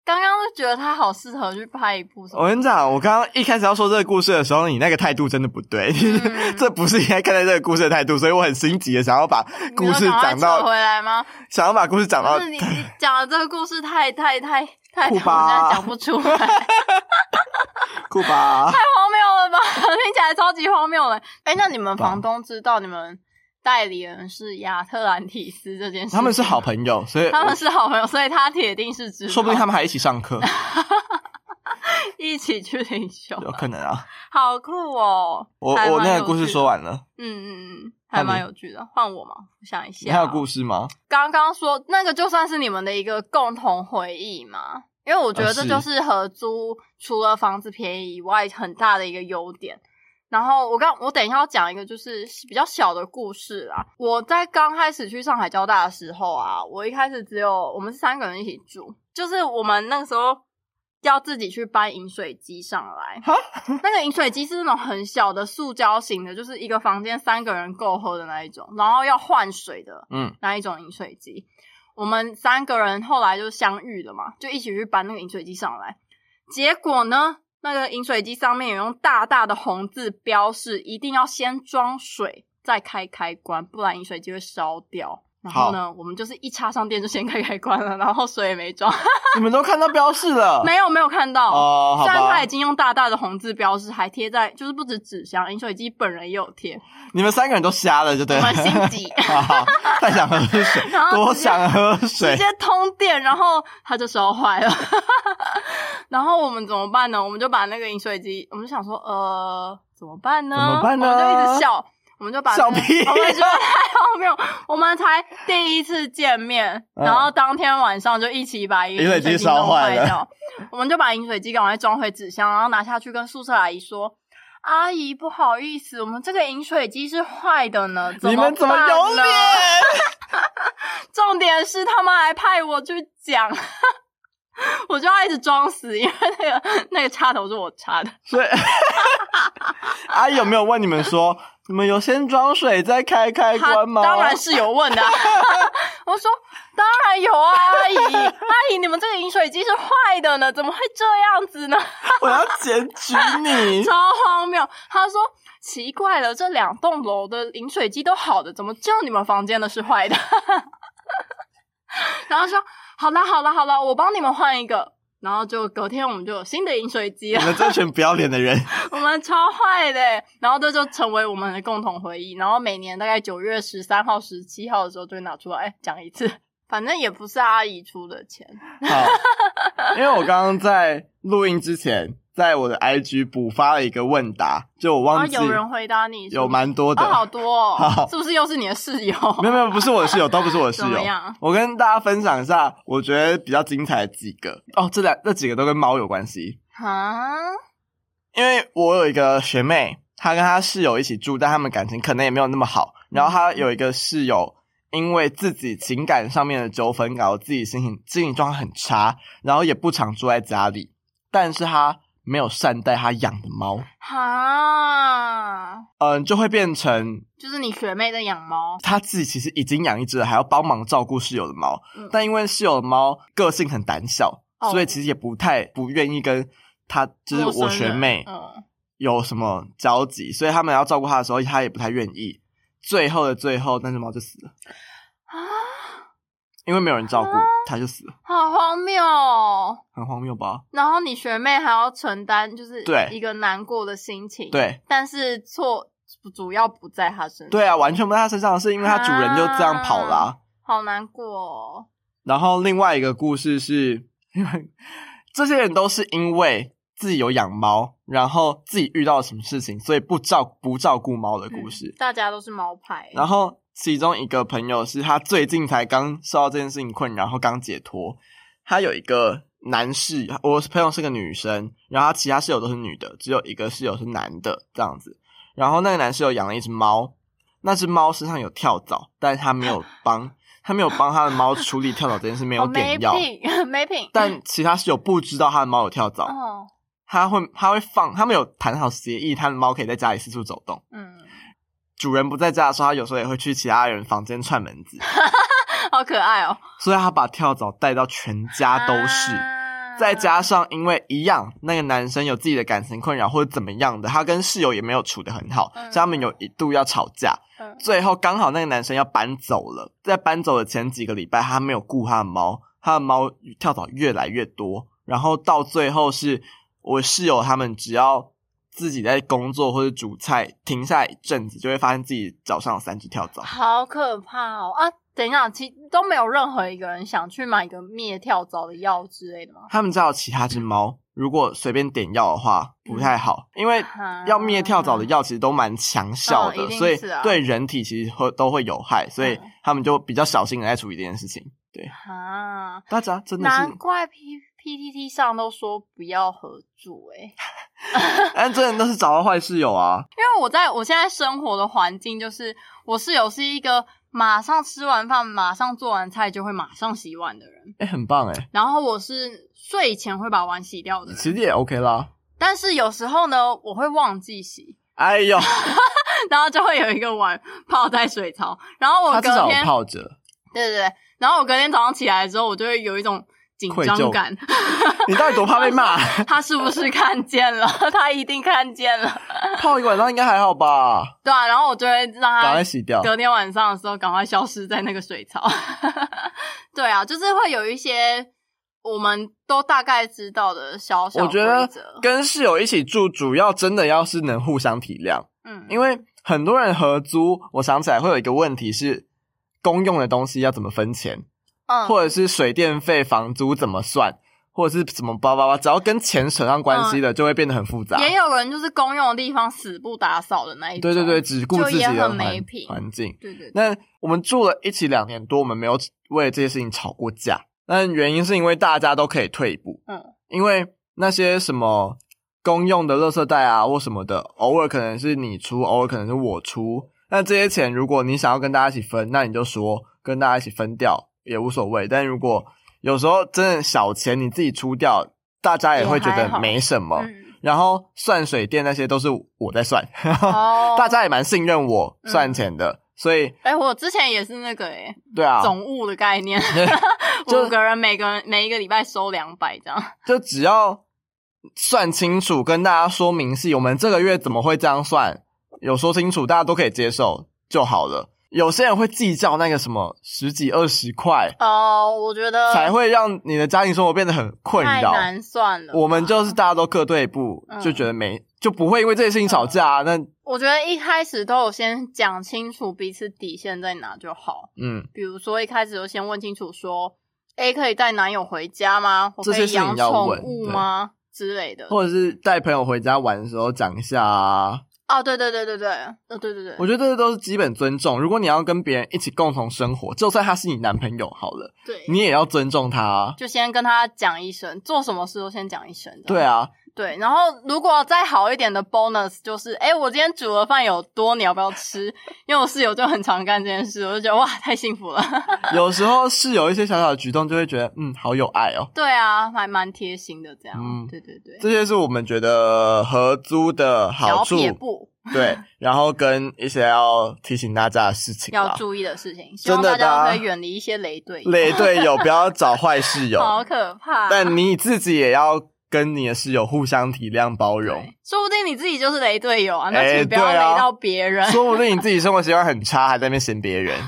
S2: 刚刚就觉得他好适合去拍一部什
S1: 我
S2: 么，
S1: 跟你讲，我刚刚一开始要说这个故事的时候，你那个态度真的不对，
S2: 嗯
S1: 这不是应该看待这个故事的态度，所以我很心急的想要把 故
S2: 你
S1: 事
S2: 有赶快
S1: 讲
S2: 扯
S1: 到，
S2: 回来吗？
S1: 想要把故事讲到
S2: 不是你你讲的这个故事太太太太，我
S1: 酷
S2: 现
S1: 吧
S2: 在讲不出来，太
S1: 酷吧？
S2: 荒谬了吧？ 听起来超级荒谬了。哎、那你们
S1: 吧
S2: 房东知道你们代理人是亚特兰提斯这件事？
S1: 他们是好，朋友，所以
S2: 他们是好朋友，所以他铁定是知道，
S1: 说不定他们还一起上课，
S2: 一起去领袖，
S1: 有可能啊。
S2: 好酷哦！
S1: 我
S2: 还蛮
S1: 我那个
S2: 有
S1: 故事
S2: 趣的
S1: 说完了，
S2: 嗯嗯嗯，还蛮有趣的。换我嘛，我想一
S1: 你
S2: 下。
S1: 还有故事吗？
S2: 刚刚说那个就算是你们的一个共同回忆嘛，因为我觉得
S1: 呃
S2: 这
S1: 是
S2: 就是合租除了房子便宜以外很大的一个优点。然后我刚我等一下要讲一个就是比较小的故事啦。我在刚开始去上海交大的时候啊，我一开始只有我们是三个人一起住，就是我们那个时候要自己去搬饮水机上来。那个饮水机是那种很小的塑胶型的，就是一个房间三个人够喝的那一种，然后要换水的
S1: 嗯，
S2: 那一种饮水机。我们三个人后来就相遇了嘛，就一起去搬那个饮水机上来。结果呢，那个饮水机上面有用大大的红字标示，一定要先装水再开开关，不然饮水机会烧掉。然后呢，我们就是一插上电就先开开关了，然后水也没装，
S1: 你们都看到标示了？
S2: 没有没有看到。
S1: 哦，好
S2: 虽然它
S1: 吧
S2: 已，经用大大的红字标示，还贴在就是不止纸箱，饮水机本人也有贴。
S1: 你们三个人都瞎了，就对
S2: 我
S1: 了。
S2: 们啊心急
S1: 好好太想喝水，
S2: 然后
S1: 多
S2: 直接
S1: 想喝
S2: 直
S1: 水。
S2: 接通电，然后它就烧坏了。 然后我们怎么办呢？我们就把那个饮水机，我们就想说，呃，怎么办呢？
S1: 怎么办呢
S2: 我们就一直笑，我们就把、那
S1: 笑
S2: 个
S1: 屁
S2: 我们觉得太荒谬。我们才第一次见面，
S1: 嗯
S2: 然后当天晚上就一起把饮
S1: 饮水机
S2: 机
S1: 烧
S2: 弄
S1: 坏了
S2: 掉。我们就把饮水机赶快装回纸箱，然后拿下去跟宿舍阿姨说。阿姨，不好意思，我们这个饮水机是坏的呢，
S1: 你们怎么
S2: 办
S1: 有
S2: 呢
S1: 脸？
S2: 重点是他们还派我去讲， 我就要一直装死，因为那个那个插头是我插的。
S1: 所以阿啊姨有没有问你们说，你们有先装水再开开
S2: 他
S1: 关吗？
S2: 当然是有问 的啊、我说当然有啊，阿姨，阿姨，你们这个饮水机是坏的呢，怎么会这样子呢？
S1: 我要检举 你。
S2: 超荒谬。他说奇怪了，这两栋楼的饮水机都好的，怎么只有你们房间的是坏的？ 然后说好啦好啦好啦，我帮你们换一个。然后就隔天我们就有新的饮水机了
S1: 你。们这群不要脸的 人，
S2: 我们超坏的欸，然后这就成为我们的共同回忆。然后每年大概九月十三号、十七号的时候就会拿出来哎讲一次， 反正也不是阿姨出的钱。
S1: 好，因为我刚刚在录音之前，在我的 IG 补发了一个问答，就我
S2: 啊，
S1: 忘记、
S2: 有人回答你是
S1: 有
S2: 吗？
S1: 蛮多的，
S2: 啊，好 多
S1: 好
S2: 哦，是不是又是你的室友？
S1: 没有没有，不是我的室友，都不是我的室
S2: 怎么
S1: 友。
S2: 样？
S1: 我跟大家分享一下，我觉得比较精彩的几个哦，这两这几个都跟猫有关系，
S2: 啊，
S1: 因为我有一个学妹，她跟她室友一起住，但他们感情可能也没有那么好。然后她有一个室友，因为自己情感上面的纠纷，搞得自己心情心情状况很差，然后也不常住在家里，但是她没有善待她养的猫，
S2: 哈，
S1: 嗯，就会变成
S2: 就是你学妹在养猫，
S1: 她自己其实已经养一只了，还要帮忙照顾室友的猫。
S2: 嗯
S1: 但因为室友的猫个性很胆小，
S2: 哦
S1: 所以其实也不太不愿意跟她，就是
S2: 陌生
S1: 我学
S2: 人
S1: 妹，
S2: 嗯，
S1: 有什么交集，所以他们要照顾它的时候，它也不太愿意。最后的最后，那只猫就死了，
S2: 啊，
S1: 因为没有人照顾，它就死了，
S2: 好荒谬哦。
S1: 很荒谬吧？
S2: 然后你学妹还要承担就是
S1: 对
S2: 一个难过的心情，
S1: 对
S2: 但是错主要不在他身上，
S1: 对啊，完全不在它身上，是因为它主人就这样跑啦、
S2: 啊好难过、哦。
S1: 然后另外一个故事是，因为这些人都是因为自己有养猫，然后自己遇到了什么事情，所以不照不照顾猫的故事。
S2: 嗯大家都是猫派，
S1: 然后其中一个朋友是他最近才刚受到这件事情困扰，然后刚解脱。他有一个男室，我朋友是个女生，然后他其他室友都是女的，只有一个室友是男的这样子。然后那个男室友养了一只猫，那只猫身上有跳蚤，但是他没有帮， 他没有帮他的猫处理跳蚤这件事，没有
S2: 哦没
S1: 点药。
S2: 品， 没品。
S1: 但其他室友不知道他的猫有跳蚤，
S2: 哦，
S1: 他会他会放，他们有谈好协议，他的猫可以在家里四处走动。
S2: 嗯，
S1: 主人不在家的时候，他有时候也会去其他人房间串门子，
S2: 好可爱哦，
S1: 所以他把跳蚤带到全家都是。
S2: 啊
S1: 再加上因为一样，那个男生有自己的感情困扰或者怎么样的，他跟室友也没有处得很好，
S2: 嗯
S1: 所以他们有一度要吵架。
S2: 嗯
S1: 最后刚好那个男生要搬走了，在搬走的前几个礼拜，他没有顾他的猫，他的猫跳蚤越来越多，然后到最后是我室友他们只要自己在工作或者煮菜停下来一阵子，就会发现自己脚上有三只跳蚤。
S2: 好可怕哦啊！等一下，其都没有任何一个人想去买一个灭跳蚤的药之类的吗？
S1: 他们家有其他只猫，如果随便点药的话不太好，因为
S2: 啊
S1: 要灭跳蚤的药其实都蛮强效的，
S2: 嗯一定
S1: 所以
S2: 是啊嗯
S1: 对人体其实会都会有害，所以他们就比较小心的在处理这件事情。对，
S2: 啊，
S1: 大家真的
S2: 难
S1: 是，
S2: 怪 P P T T 上都说不要合住哎、欸
S1: 但哎真的都是找到坏室友啊，
S2: 因为我在我现在生活的环境就是，我室友是一个马上吃完饭、马上做完菜就会马上洗碗的人，
S1: 哎、很棒哎、
S2: 然后我是睡前会把碗洗掉的人，
S1: 其实也 OK 啦。
S2: 但是有时候呢，我会忘记洗，
S1: 哎呦，
S2: 然后就会有一个碗泡在水槽，然后我
S1: 他至
S2: 隔
S1: 少有
S2: 天
S1: 泡着，
S2: 对对对，然后我隔天早上起来之后，我就会有一种紧张感，
S1: 你到底多怕被骂？
S2: 他是不是看见了？ 他一定看见了，
S1: 泡一晚上应该还好吧？
S2: 对啊。然后我就会让
S1: 赶快
S2: 他
S1: 洗掉。
S2: 隔天晚上的时候赶快消失在那个水槽。 对啊，就是会有一些我们都大概知道的小小
S1: 我觉
S2: 规
S1: 得
S2: 则，
S1: 跟室友一起住，主要真的要是能互相体谅，
S2: 嗯，
S1: 因为很多人合租，我想起来会有一个问题是，公用的东西要怎么分钱，
S2: 嗯
S1: 或者是水电费、房租怎么算，或者是怎么叭叭叭，只要跟钱扯上关系的，就会变得很复杂。
S2: 嗯也有人就是公用的地方死不打扫的那一种。
S1: 对对对，，只顾
S2: 就
S1: 自己
S2: 也
S1: 的
S2: 很没
S1: 环
S2: 品
S1: 环境。
S2: 对对对，
S1: 那我们住了一起两年多，我们没有为了这些事情吵过架。但原因是因为大家都可以退一步，
S2: 嗯，
S1: 因为那些什么公用的垃圾袋啊或什么的，偶尔可能是你出，偶尔可能是我出。那这些钱，如果你想要跟大家一起分，那你就说跟大家一起分掉也无所谓。但如果有时候真的小钱你自己出掉，大家也会觉
S2: 也还好
S1: 得没什么。
S2: 嗯
S1: 然后算水电那些都是我在算，
S2: 哦 嗯
S1: 大家也蛮信任我算钱的，所以
S2: 哎、我之前也是那个哎、
S1: 对啊，
S2: 总务的概念，
S1: 就
S2: 五个人每个人每一个礼拜收两百这样。
S1: 就只要算清楚，跟大家说明细，我们这个月怎么会这样算，有说清楚，大家都可以接受就好了。有些人会计较那个什么十几二十块，
S2: 哦，我觉得
S1: 才会让你的家庭生活变得很困
S2: 太
S1: 扰。
S2: 难算了吧。
S1: 我们就是大家都各退一步，
S2: 嗯
S1: 就觉得没就不会因为这些事情吵架、啊。那
S2: 我觉得一开始都有先讲清楚彼此底线在哪就好。
S1: 嗯，
S2: 比如说一开始就先问清楚说，A 可以带男友回家吗？我可
S1: 这些
S2: 以
S1: 事情
S2: 养
S1: 要
S2: 宠
S1: 问
S2: 物
S1: 对
S2: 吗？之类的。
S1: 或者是带朋友回家玩的时候讲一下啊，
S2: 哦，对对对对对，呃，对对对，
S1: 我觉得这都是基本尊重。如果你要跟别人一起共同生活，就算他是你男朋友好了，
S2: 对，
S1: 你也要尊重他啊、
S2: 就先跟他讲一声，做什么事都先讲一声。
S1: 对，啊，
S2: 对。然后如果再好一点的 bonus 就是，哎，我今天煮的饭有多，你要不要吃？因为我室友就很常干这件事，我就觉得哇，太幸福了。
S1: 有时候是有一些小小的举动，就会觉得嗯，好有爱哦。
S2: 对啊，还蛮贴心的这样。
S1: 嗯
S2: 对对对，
S1: 这些是我们觉得合租的好处
S2: 小，撇步
S1: 对，然后跟一些要提醒大家的事情
S2: 要
S1: 啦。
S2: 注意的事情，希望
S1: 真的
S2: 大家
S1: 的啊
S2: 可以远离一些雷队。
S1: 累哦队友不要找坏室友，
S2: 好可怕、
S1: 但你自己也要跟你的室友互相体谅包容
S2: 对。说不定你自己就是雷队友啊，那
S1: 哎
S2: 请不要
S1: 对啊
S2: 雷到别人。
S1: 说不定你自己生活习惯很差，还在那边嫌别人。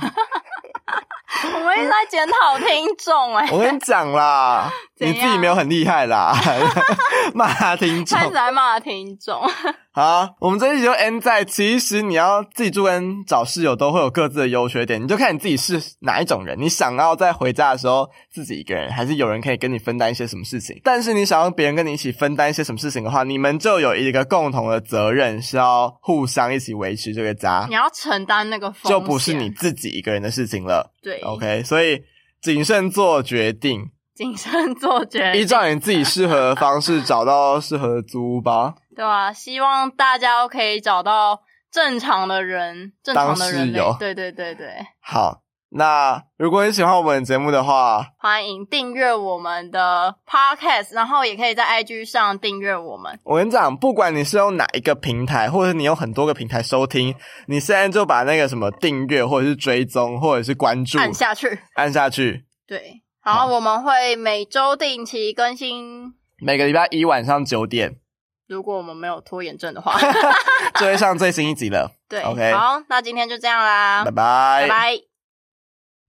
S2: 我们一直在检讨听众哎、
S1: 我跟你讲啦，
S2: 怎
S1: 你
S2: 样
S1: 自己没有很厉害啦， 骂听众
S2: 开。始在骂听众。
S1: 啊好，我们这一集就 end 在，其实你要自己住跟找室友都会有各自的优缺点，你就看你自己是哪一种人。你想要在回家的时候自己一个人，还是有人可以跟你分担一些什么事情？但是你想要别人跟你一起分担一些什么事情的话，你们就有一个共同的责任，是要互相一起维持这个家
S2: 你，要承担那个风险，
S1: 就不是你自己一个人的事情了。
S2: 对
S1: OK，所以谨慎做决定，
S2: 谨慎做决
S1: 依
S2: 定，
S1: 照你自己适合的方式找到适合的租屋吧。
S2: 对吧、希望大家都可以找到正常的人，正常的人类
S1: 当室友
S2: 对对对对，
S1: 好，那如果你喜欢我们的节目的话，
S2: 欢迎订阅我们的 podcast，然后也可以在 IG 上订阅我们。
S1: 我跟你讲，不管你是用哪一个平台，或者你有很多个平台收听，你现在就把那个什么订阅，或者是追踪，或者是关注
S2: 按下去，
S1: 按下去。
S2: 对，然后
S1: 好
S2: 我们会每周定期更新，
S1: 每个礼拜一晚上九点
S2: 如果我们没有拖延症 的话，
S1: 就会上最新一集了。
S2: 对
S1: OK
S2: 好，那今天就这样啦，
S1: 拜拜
S2: 拜拜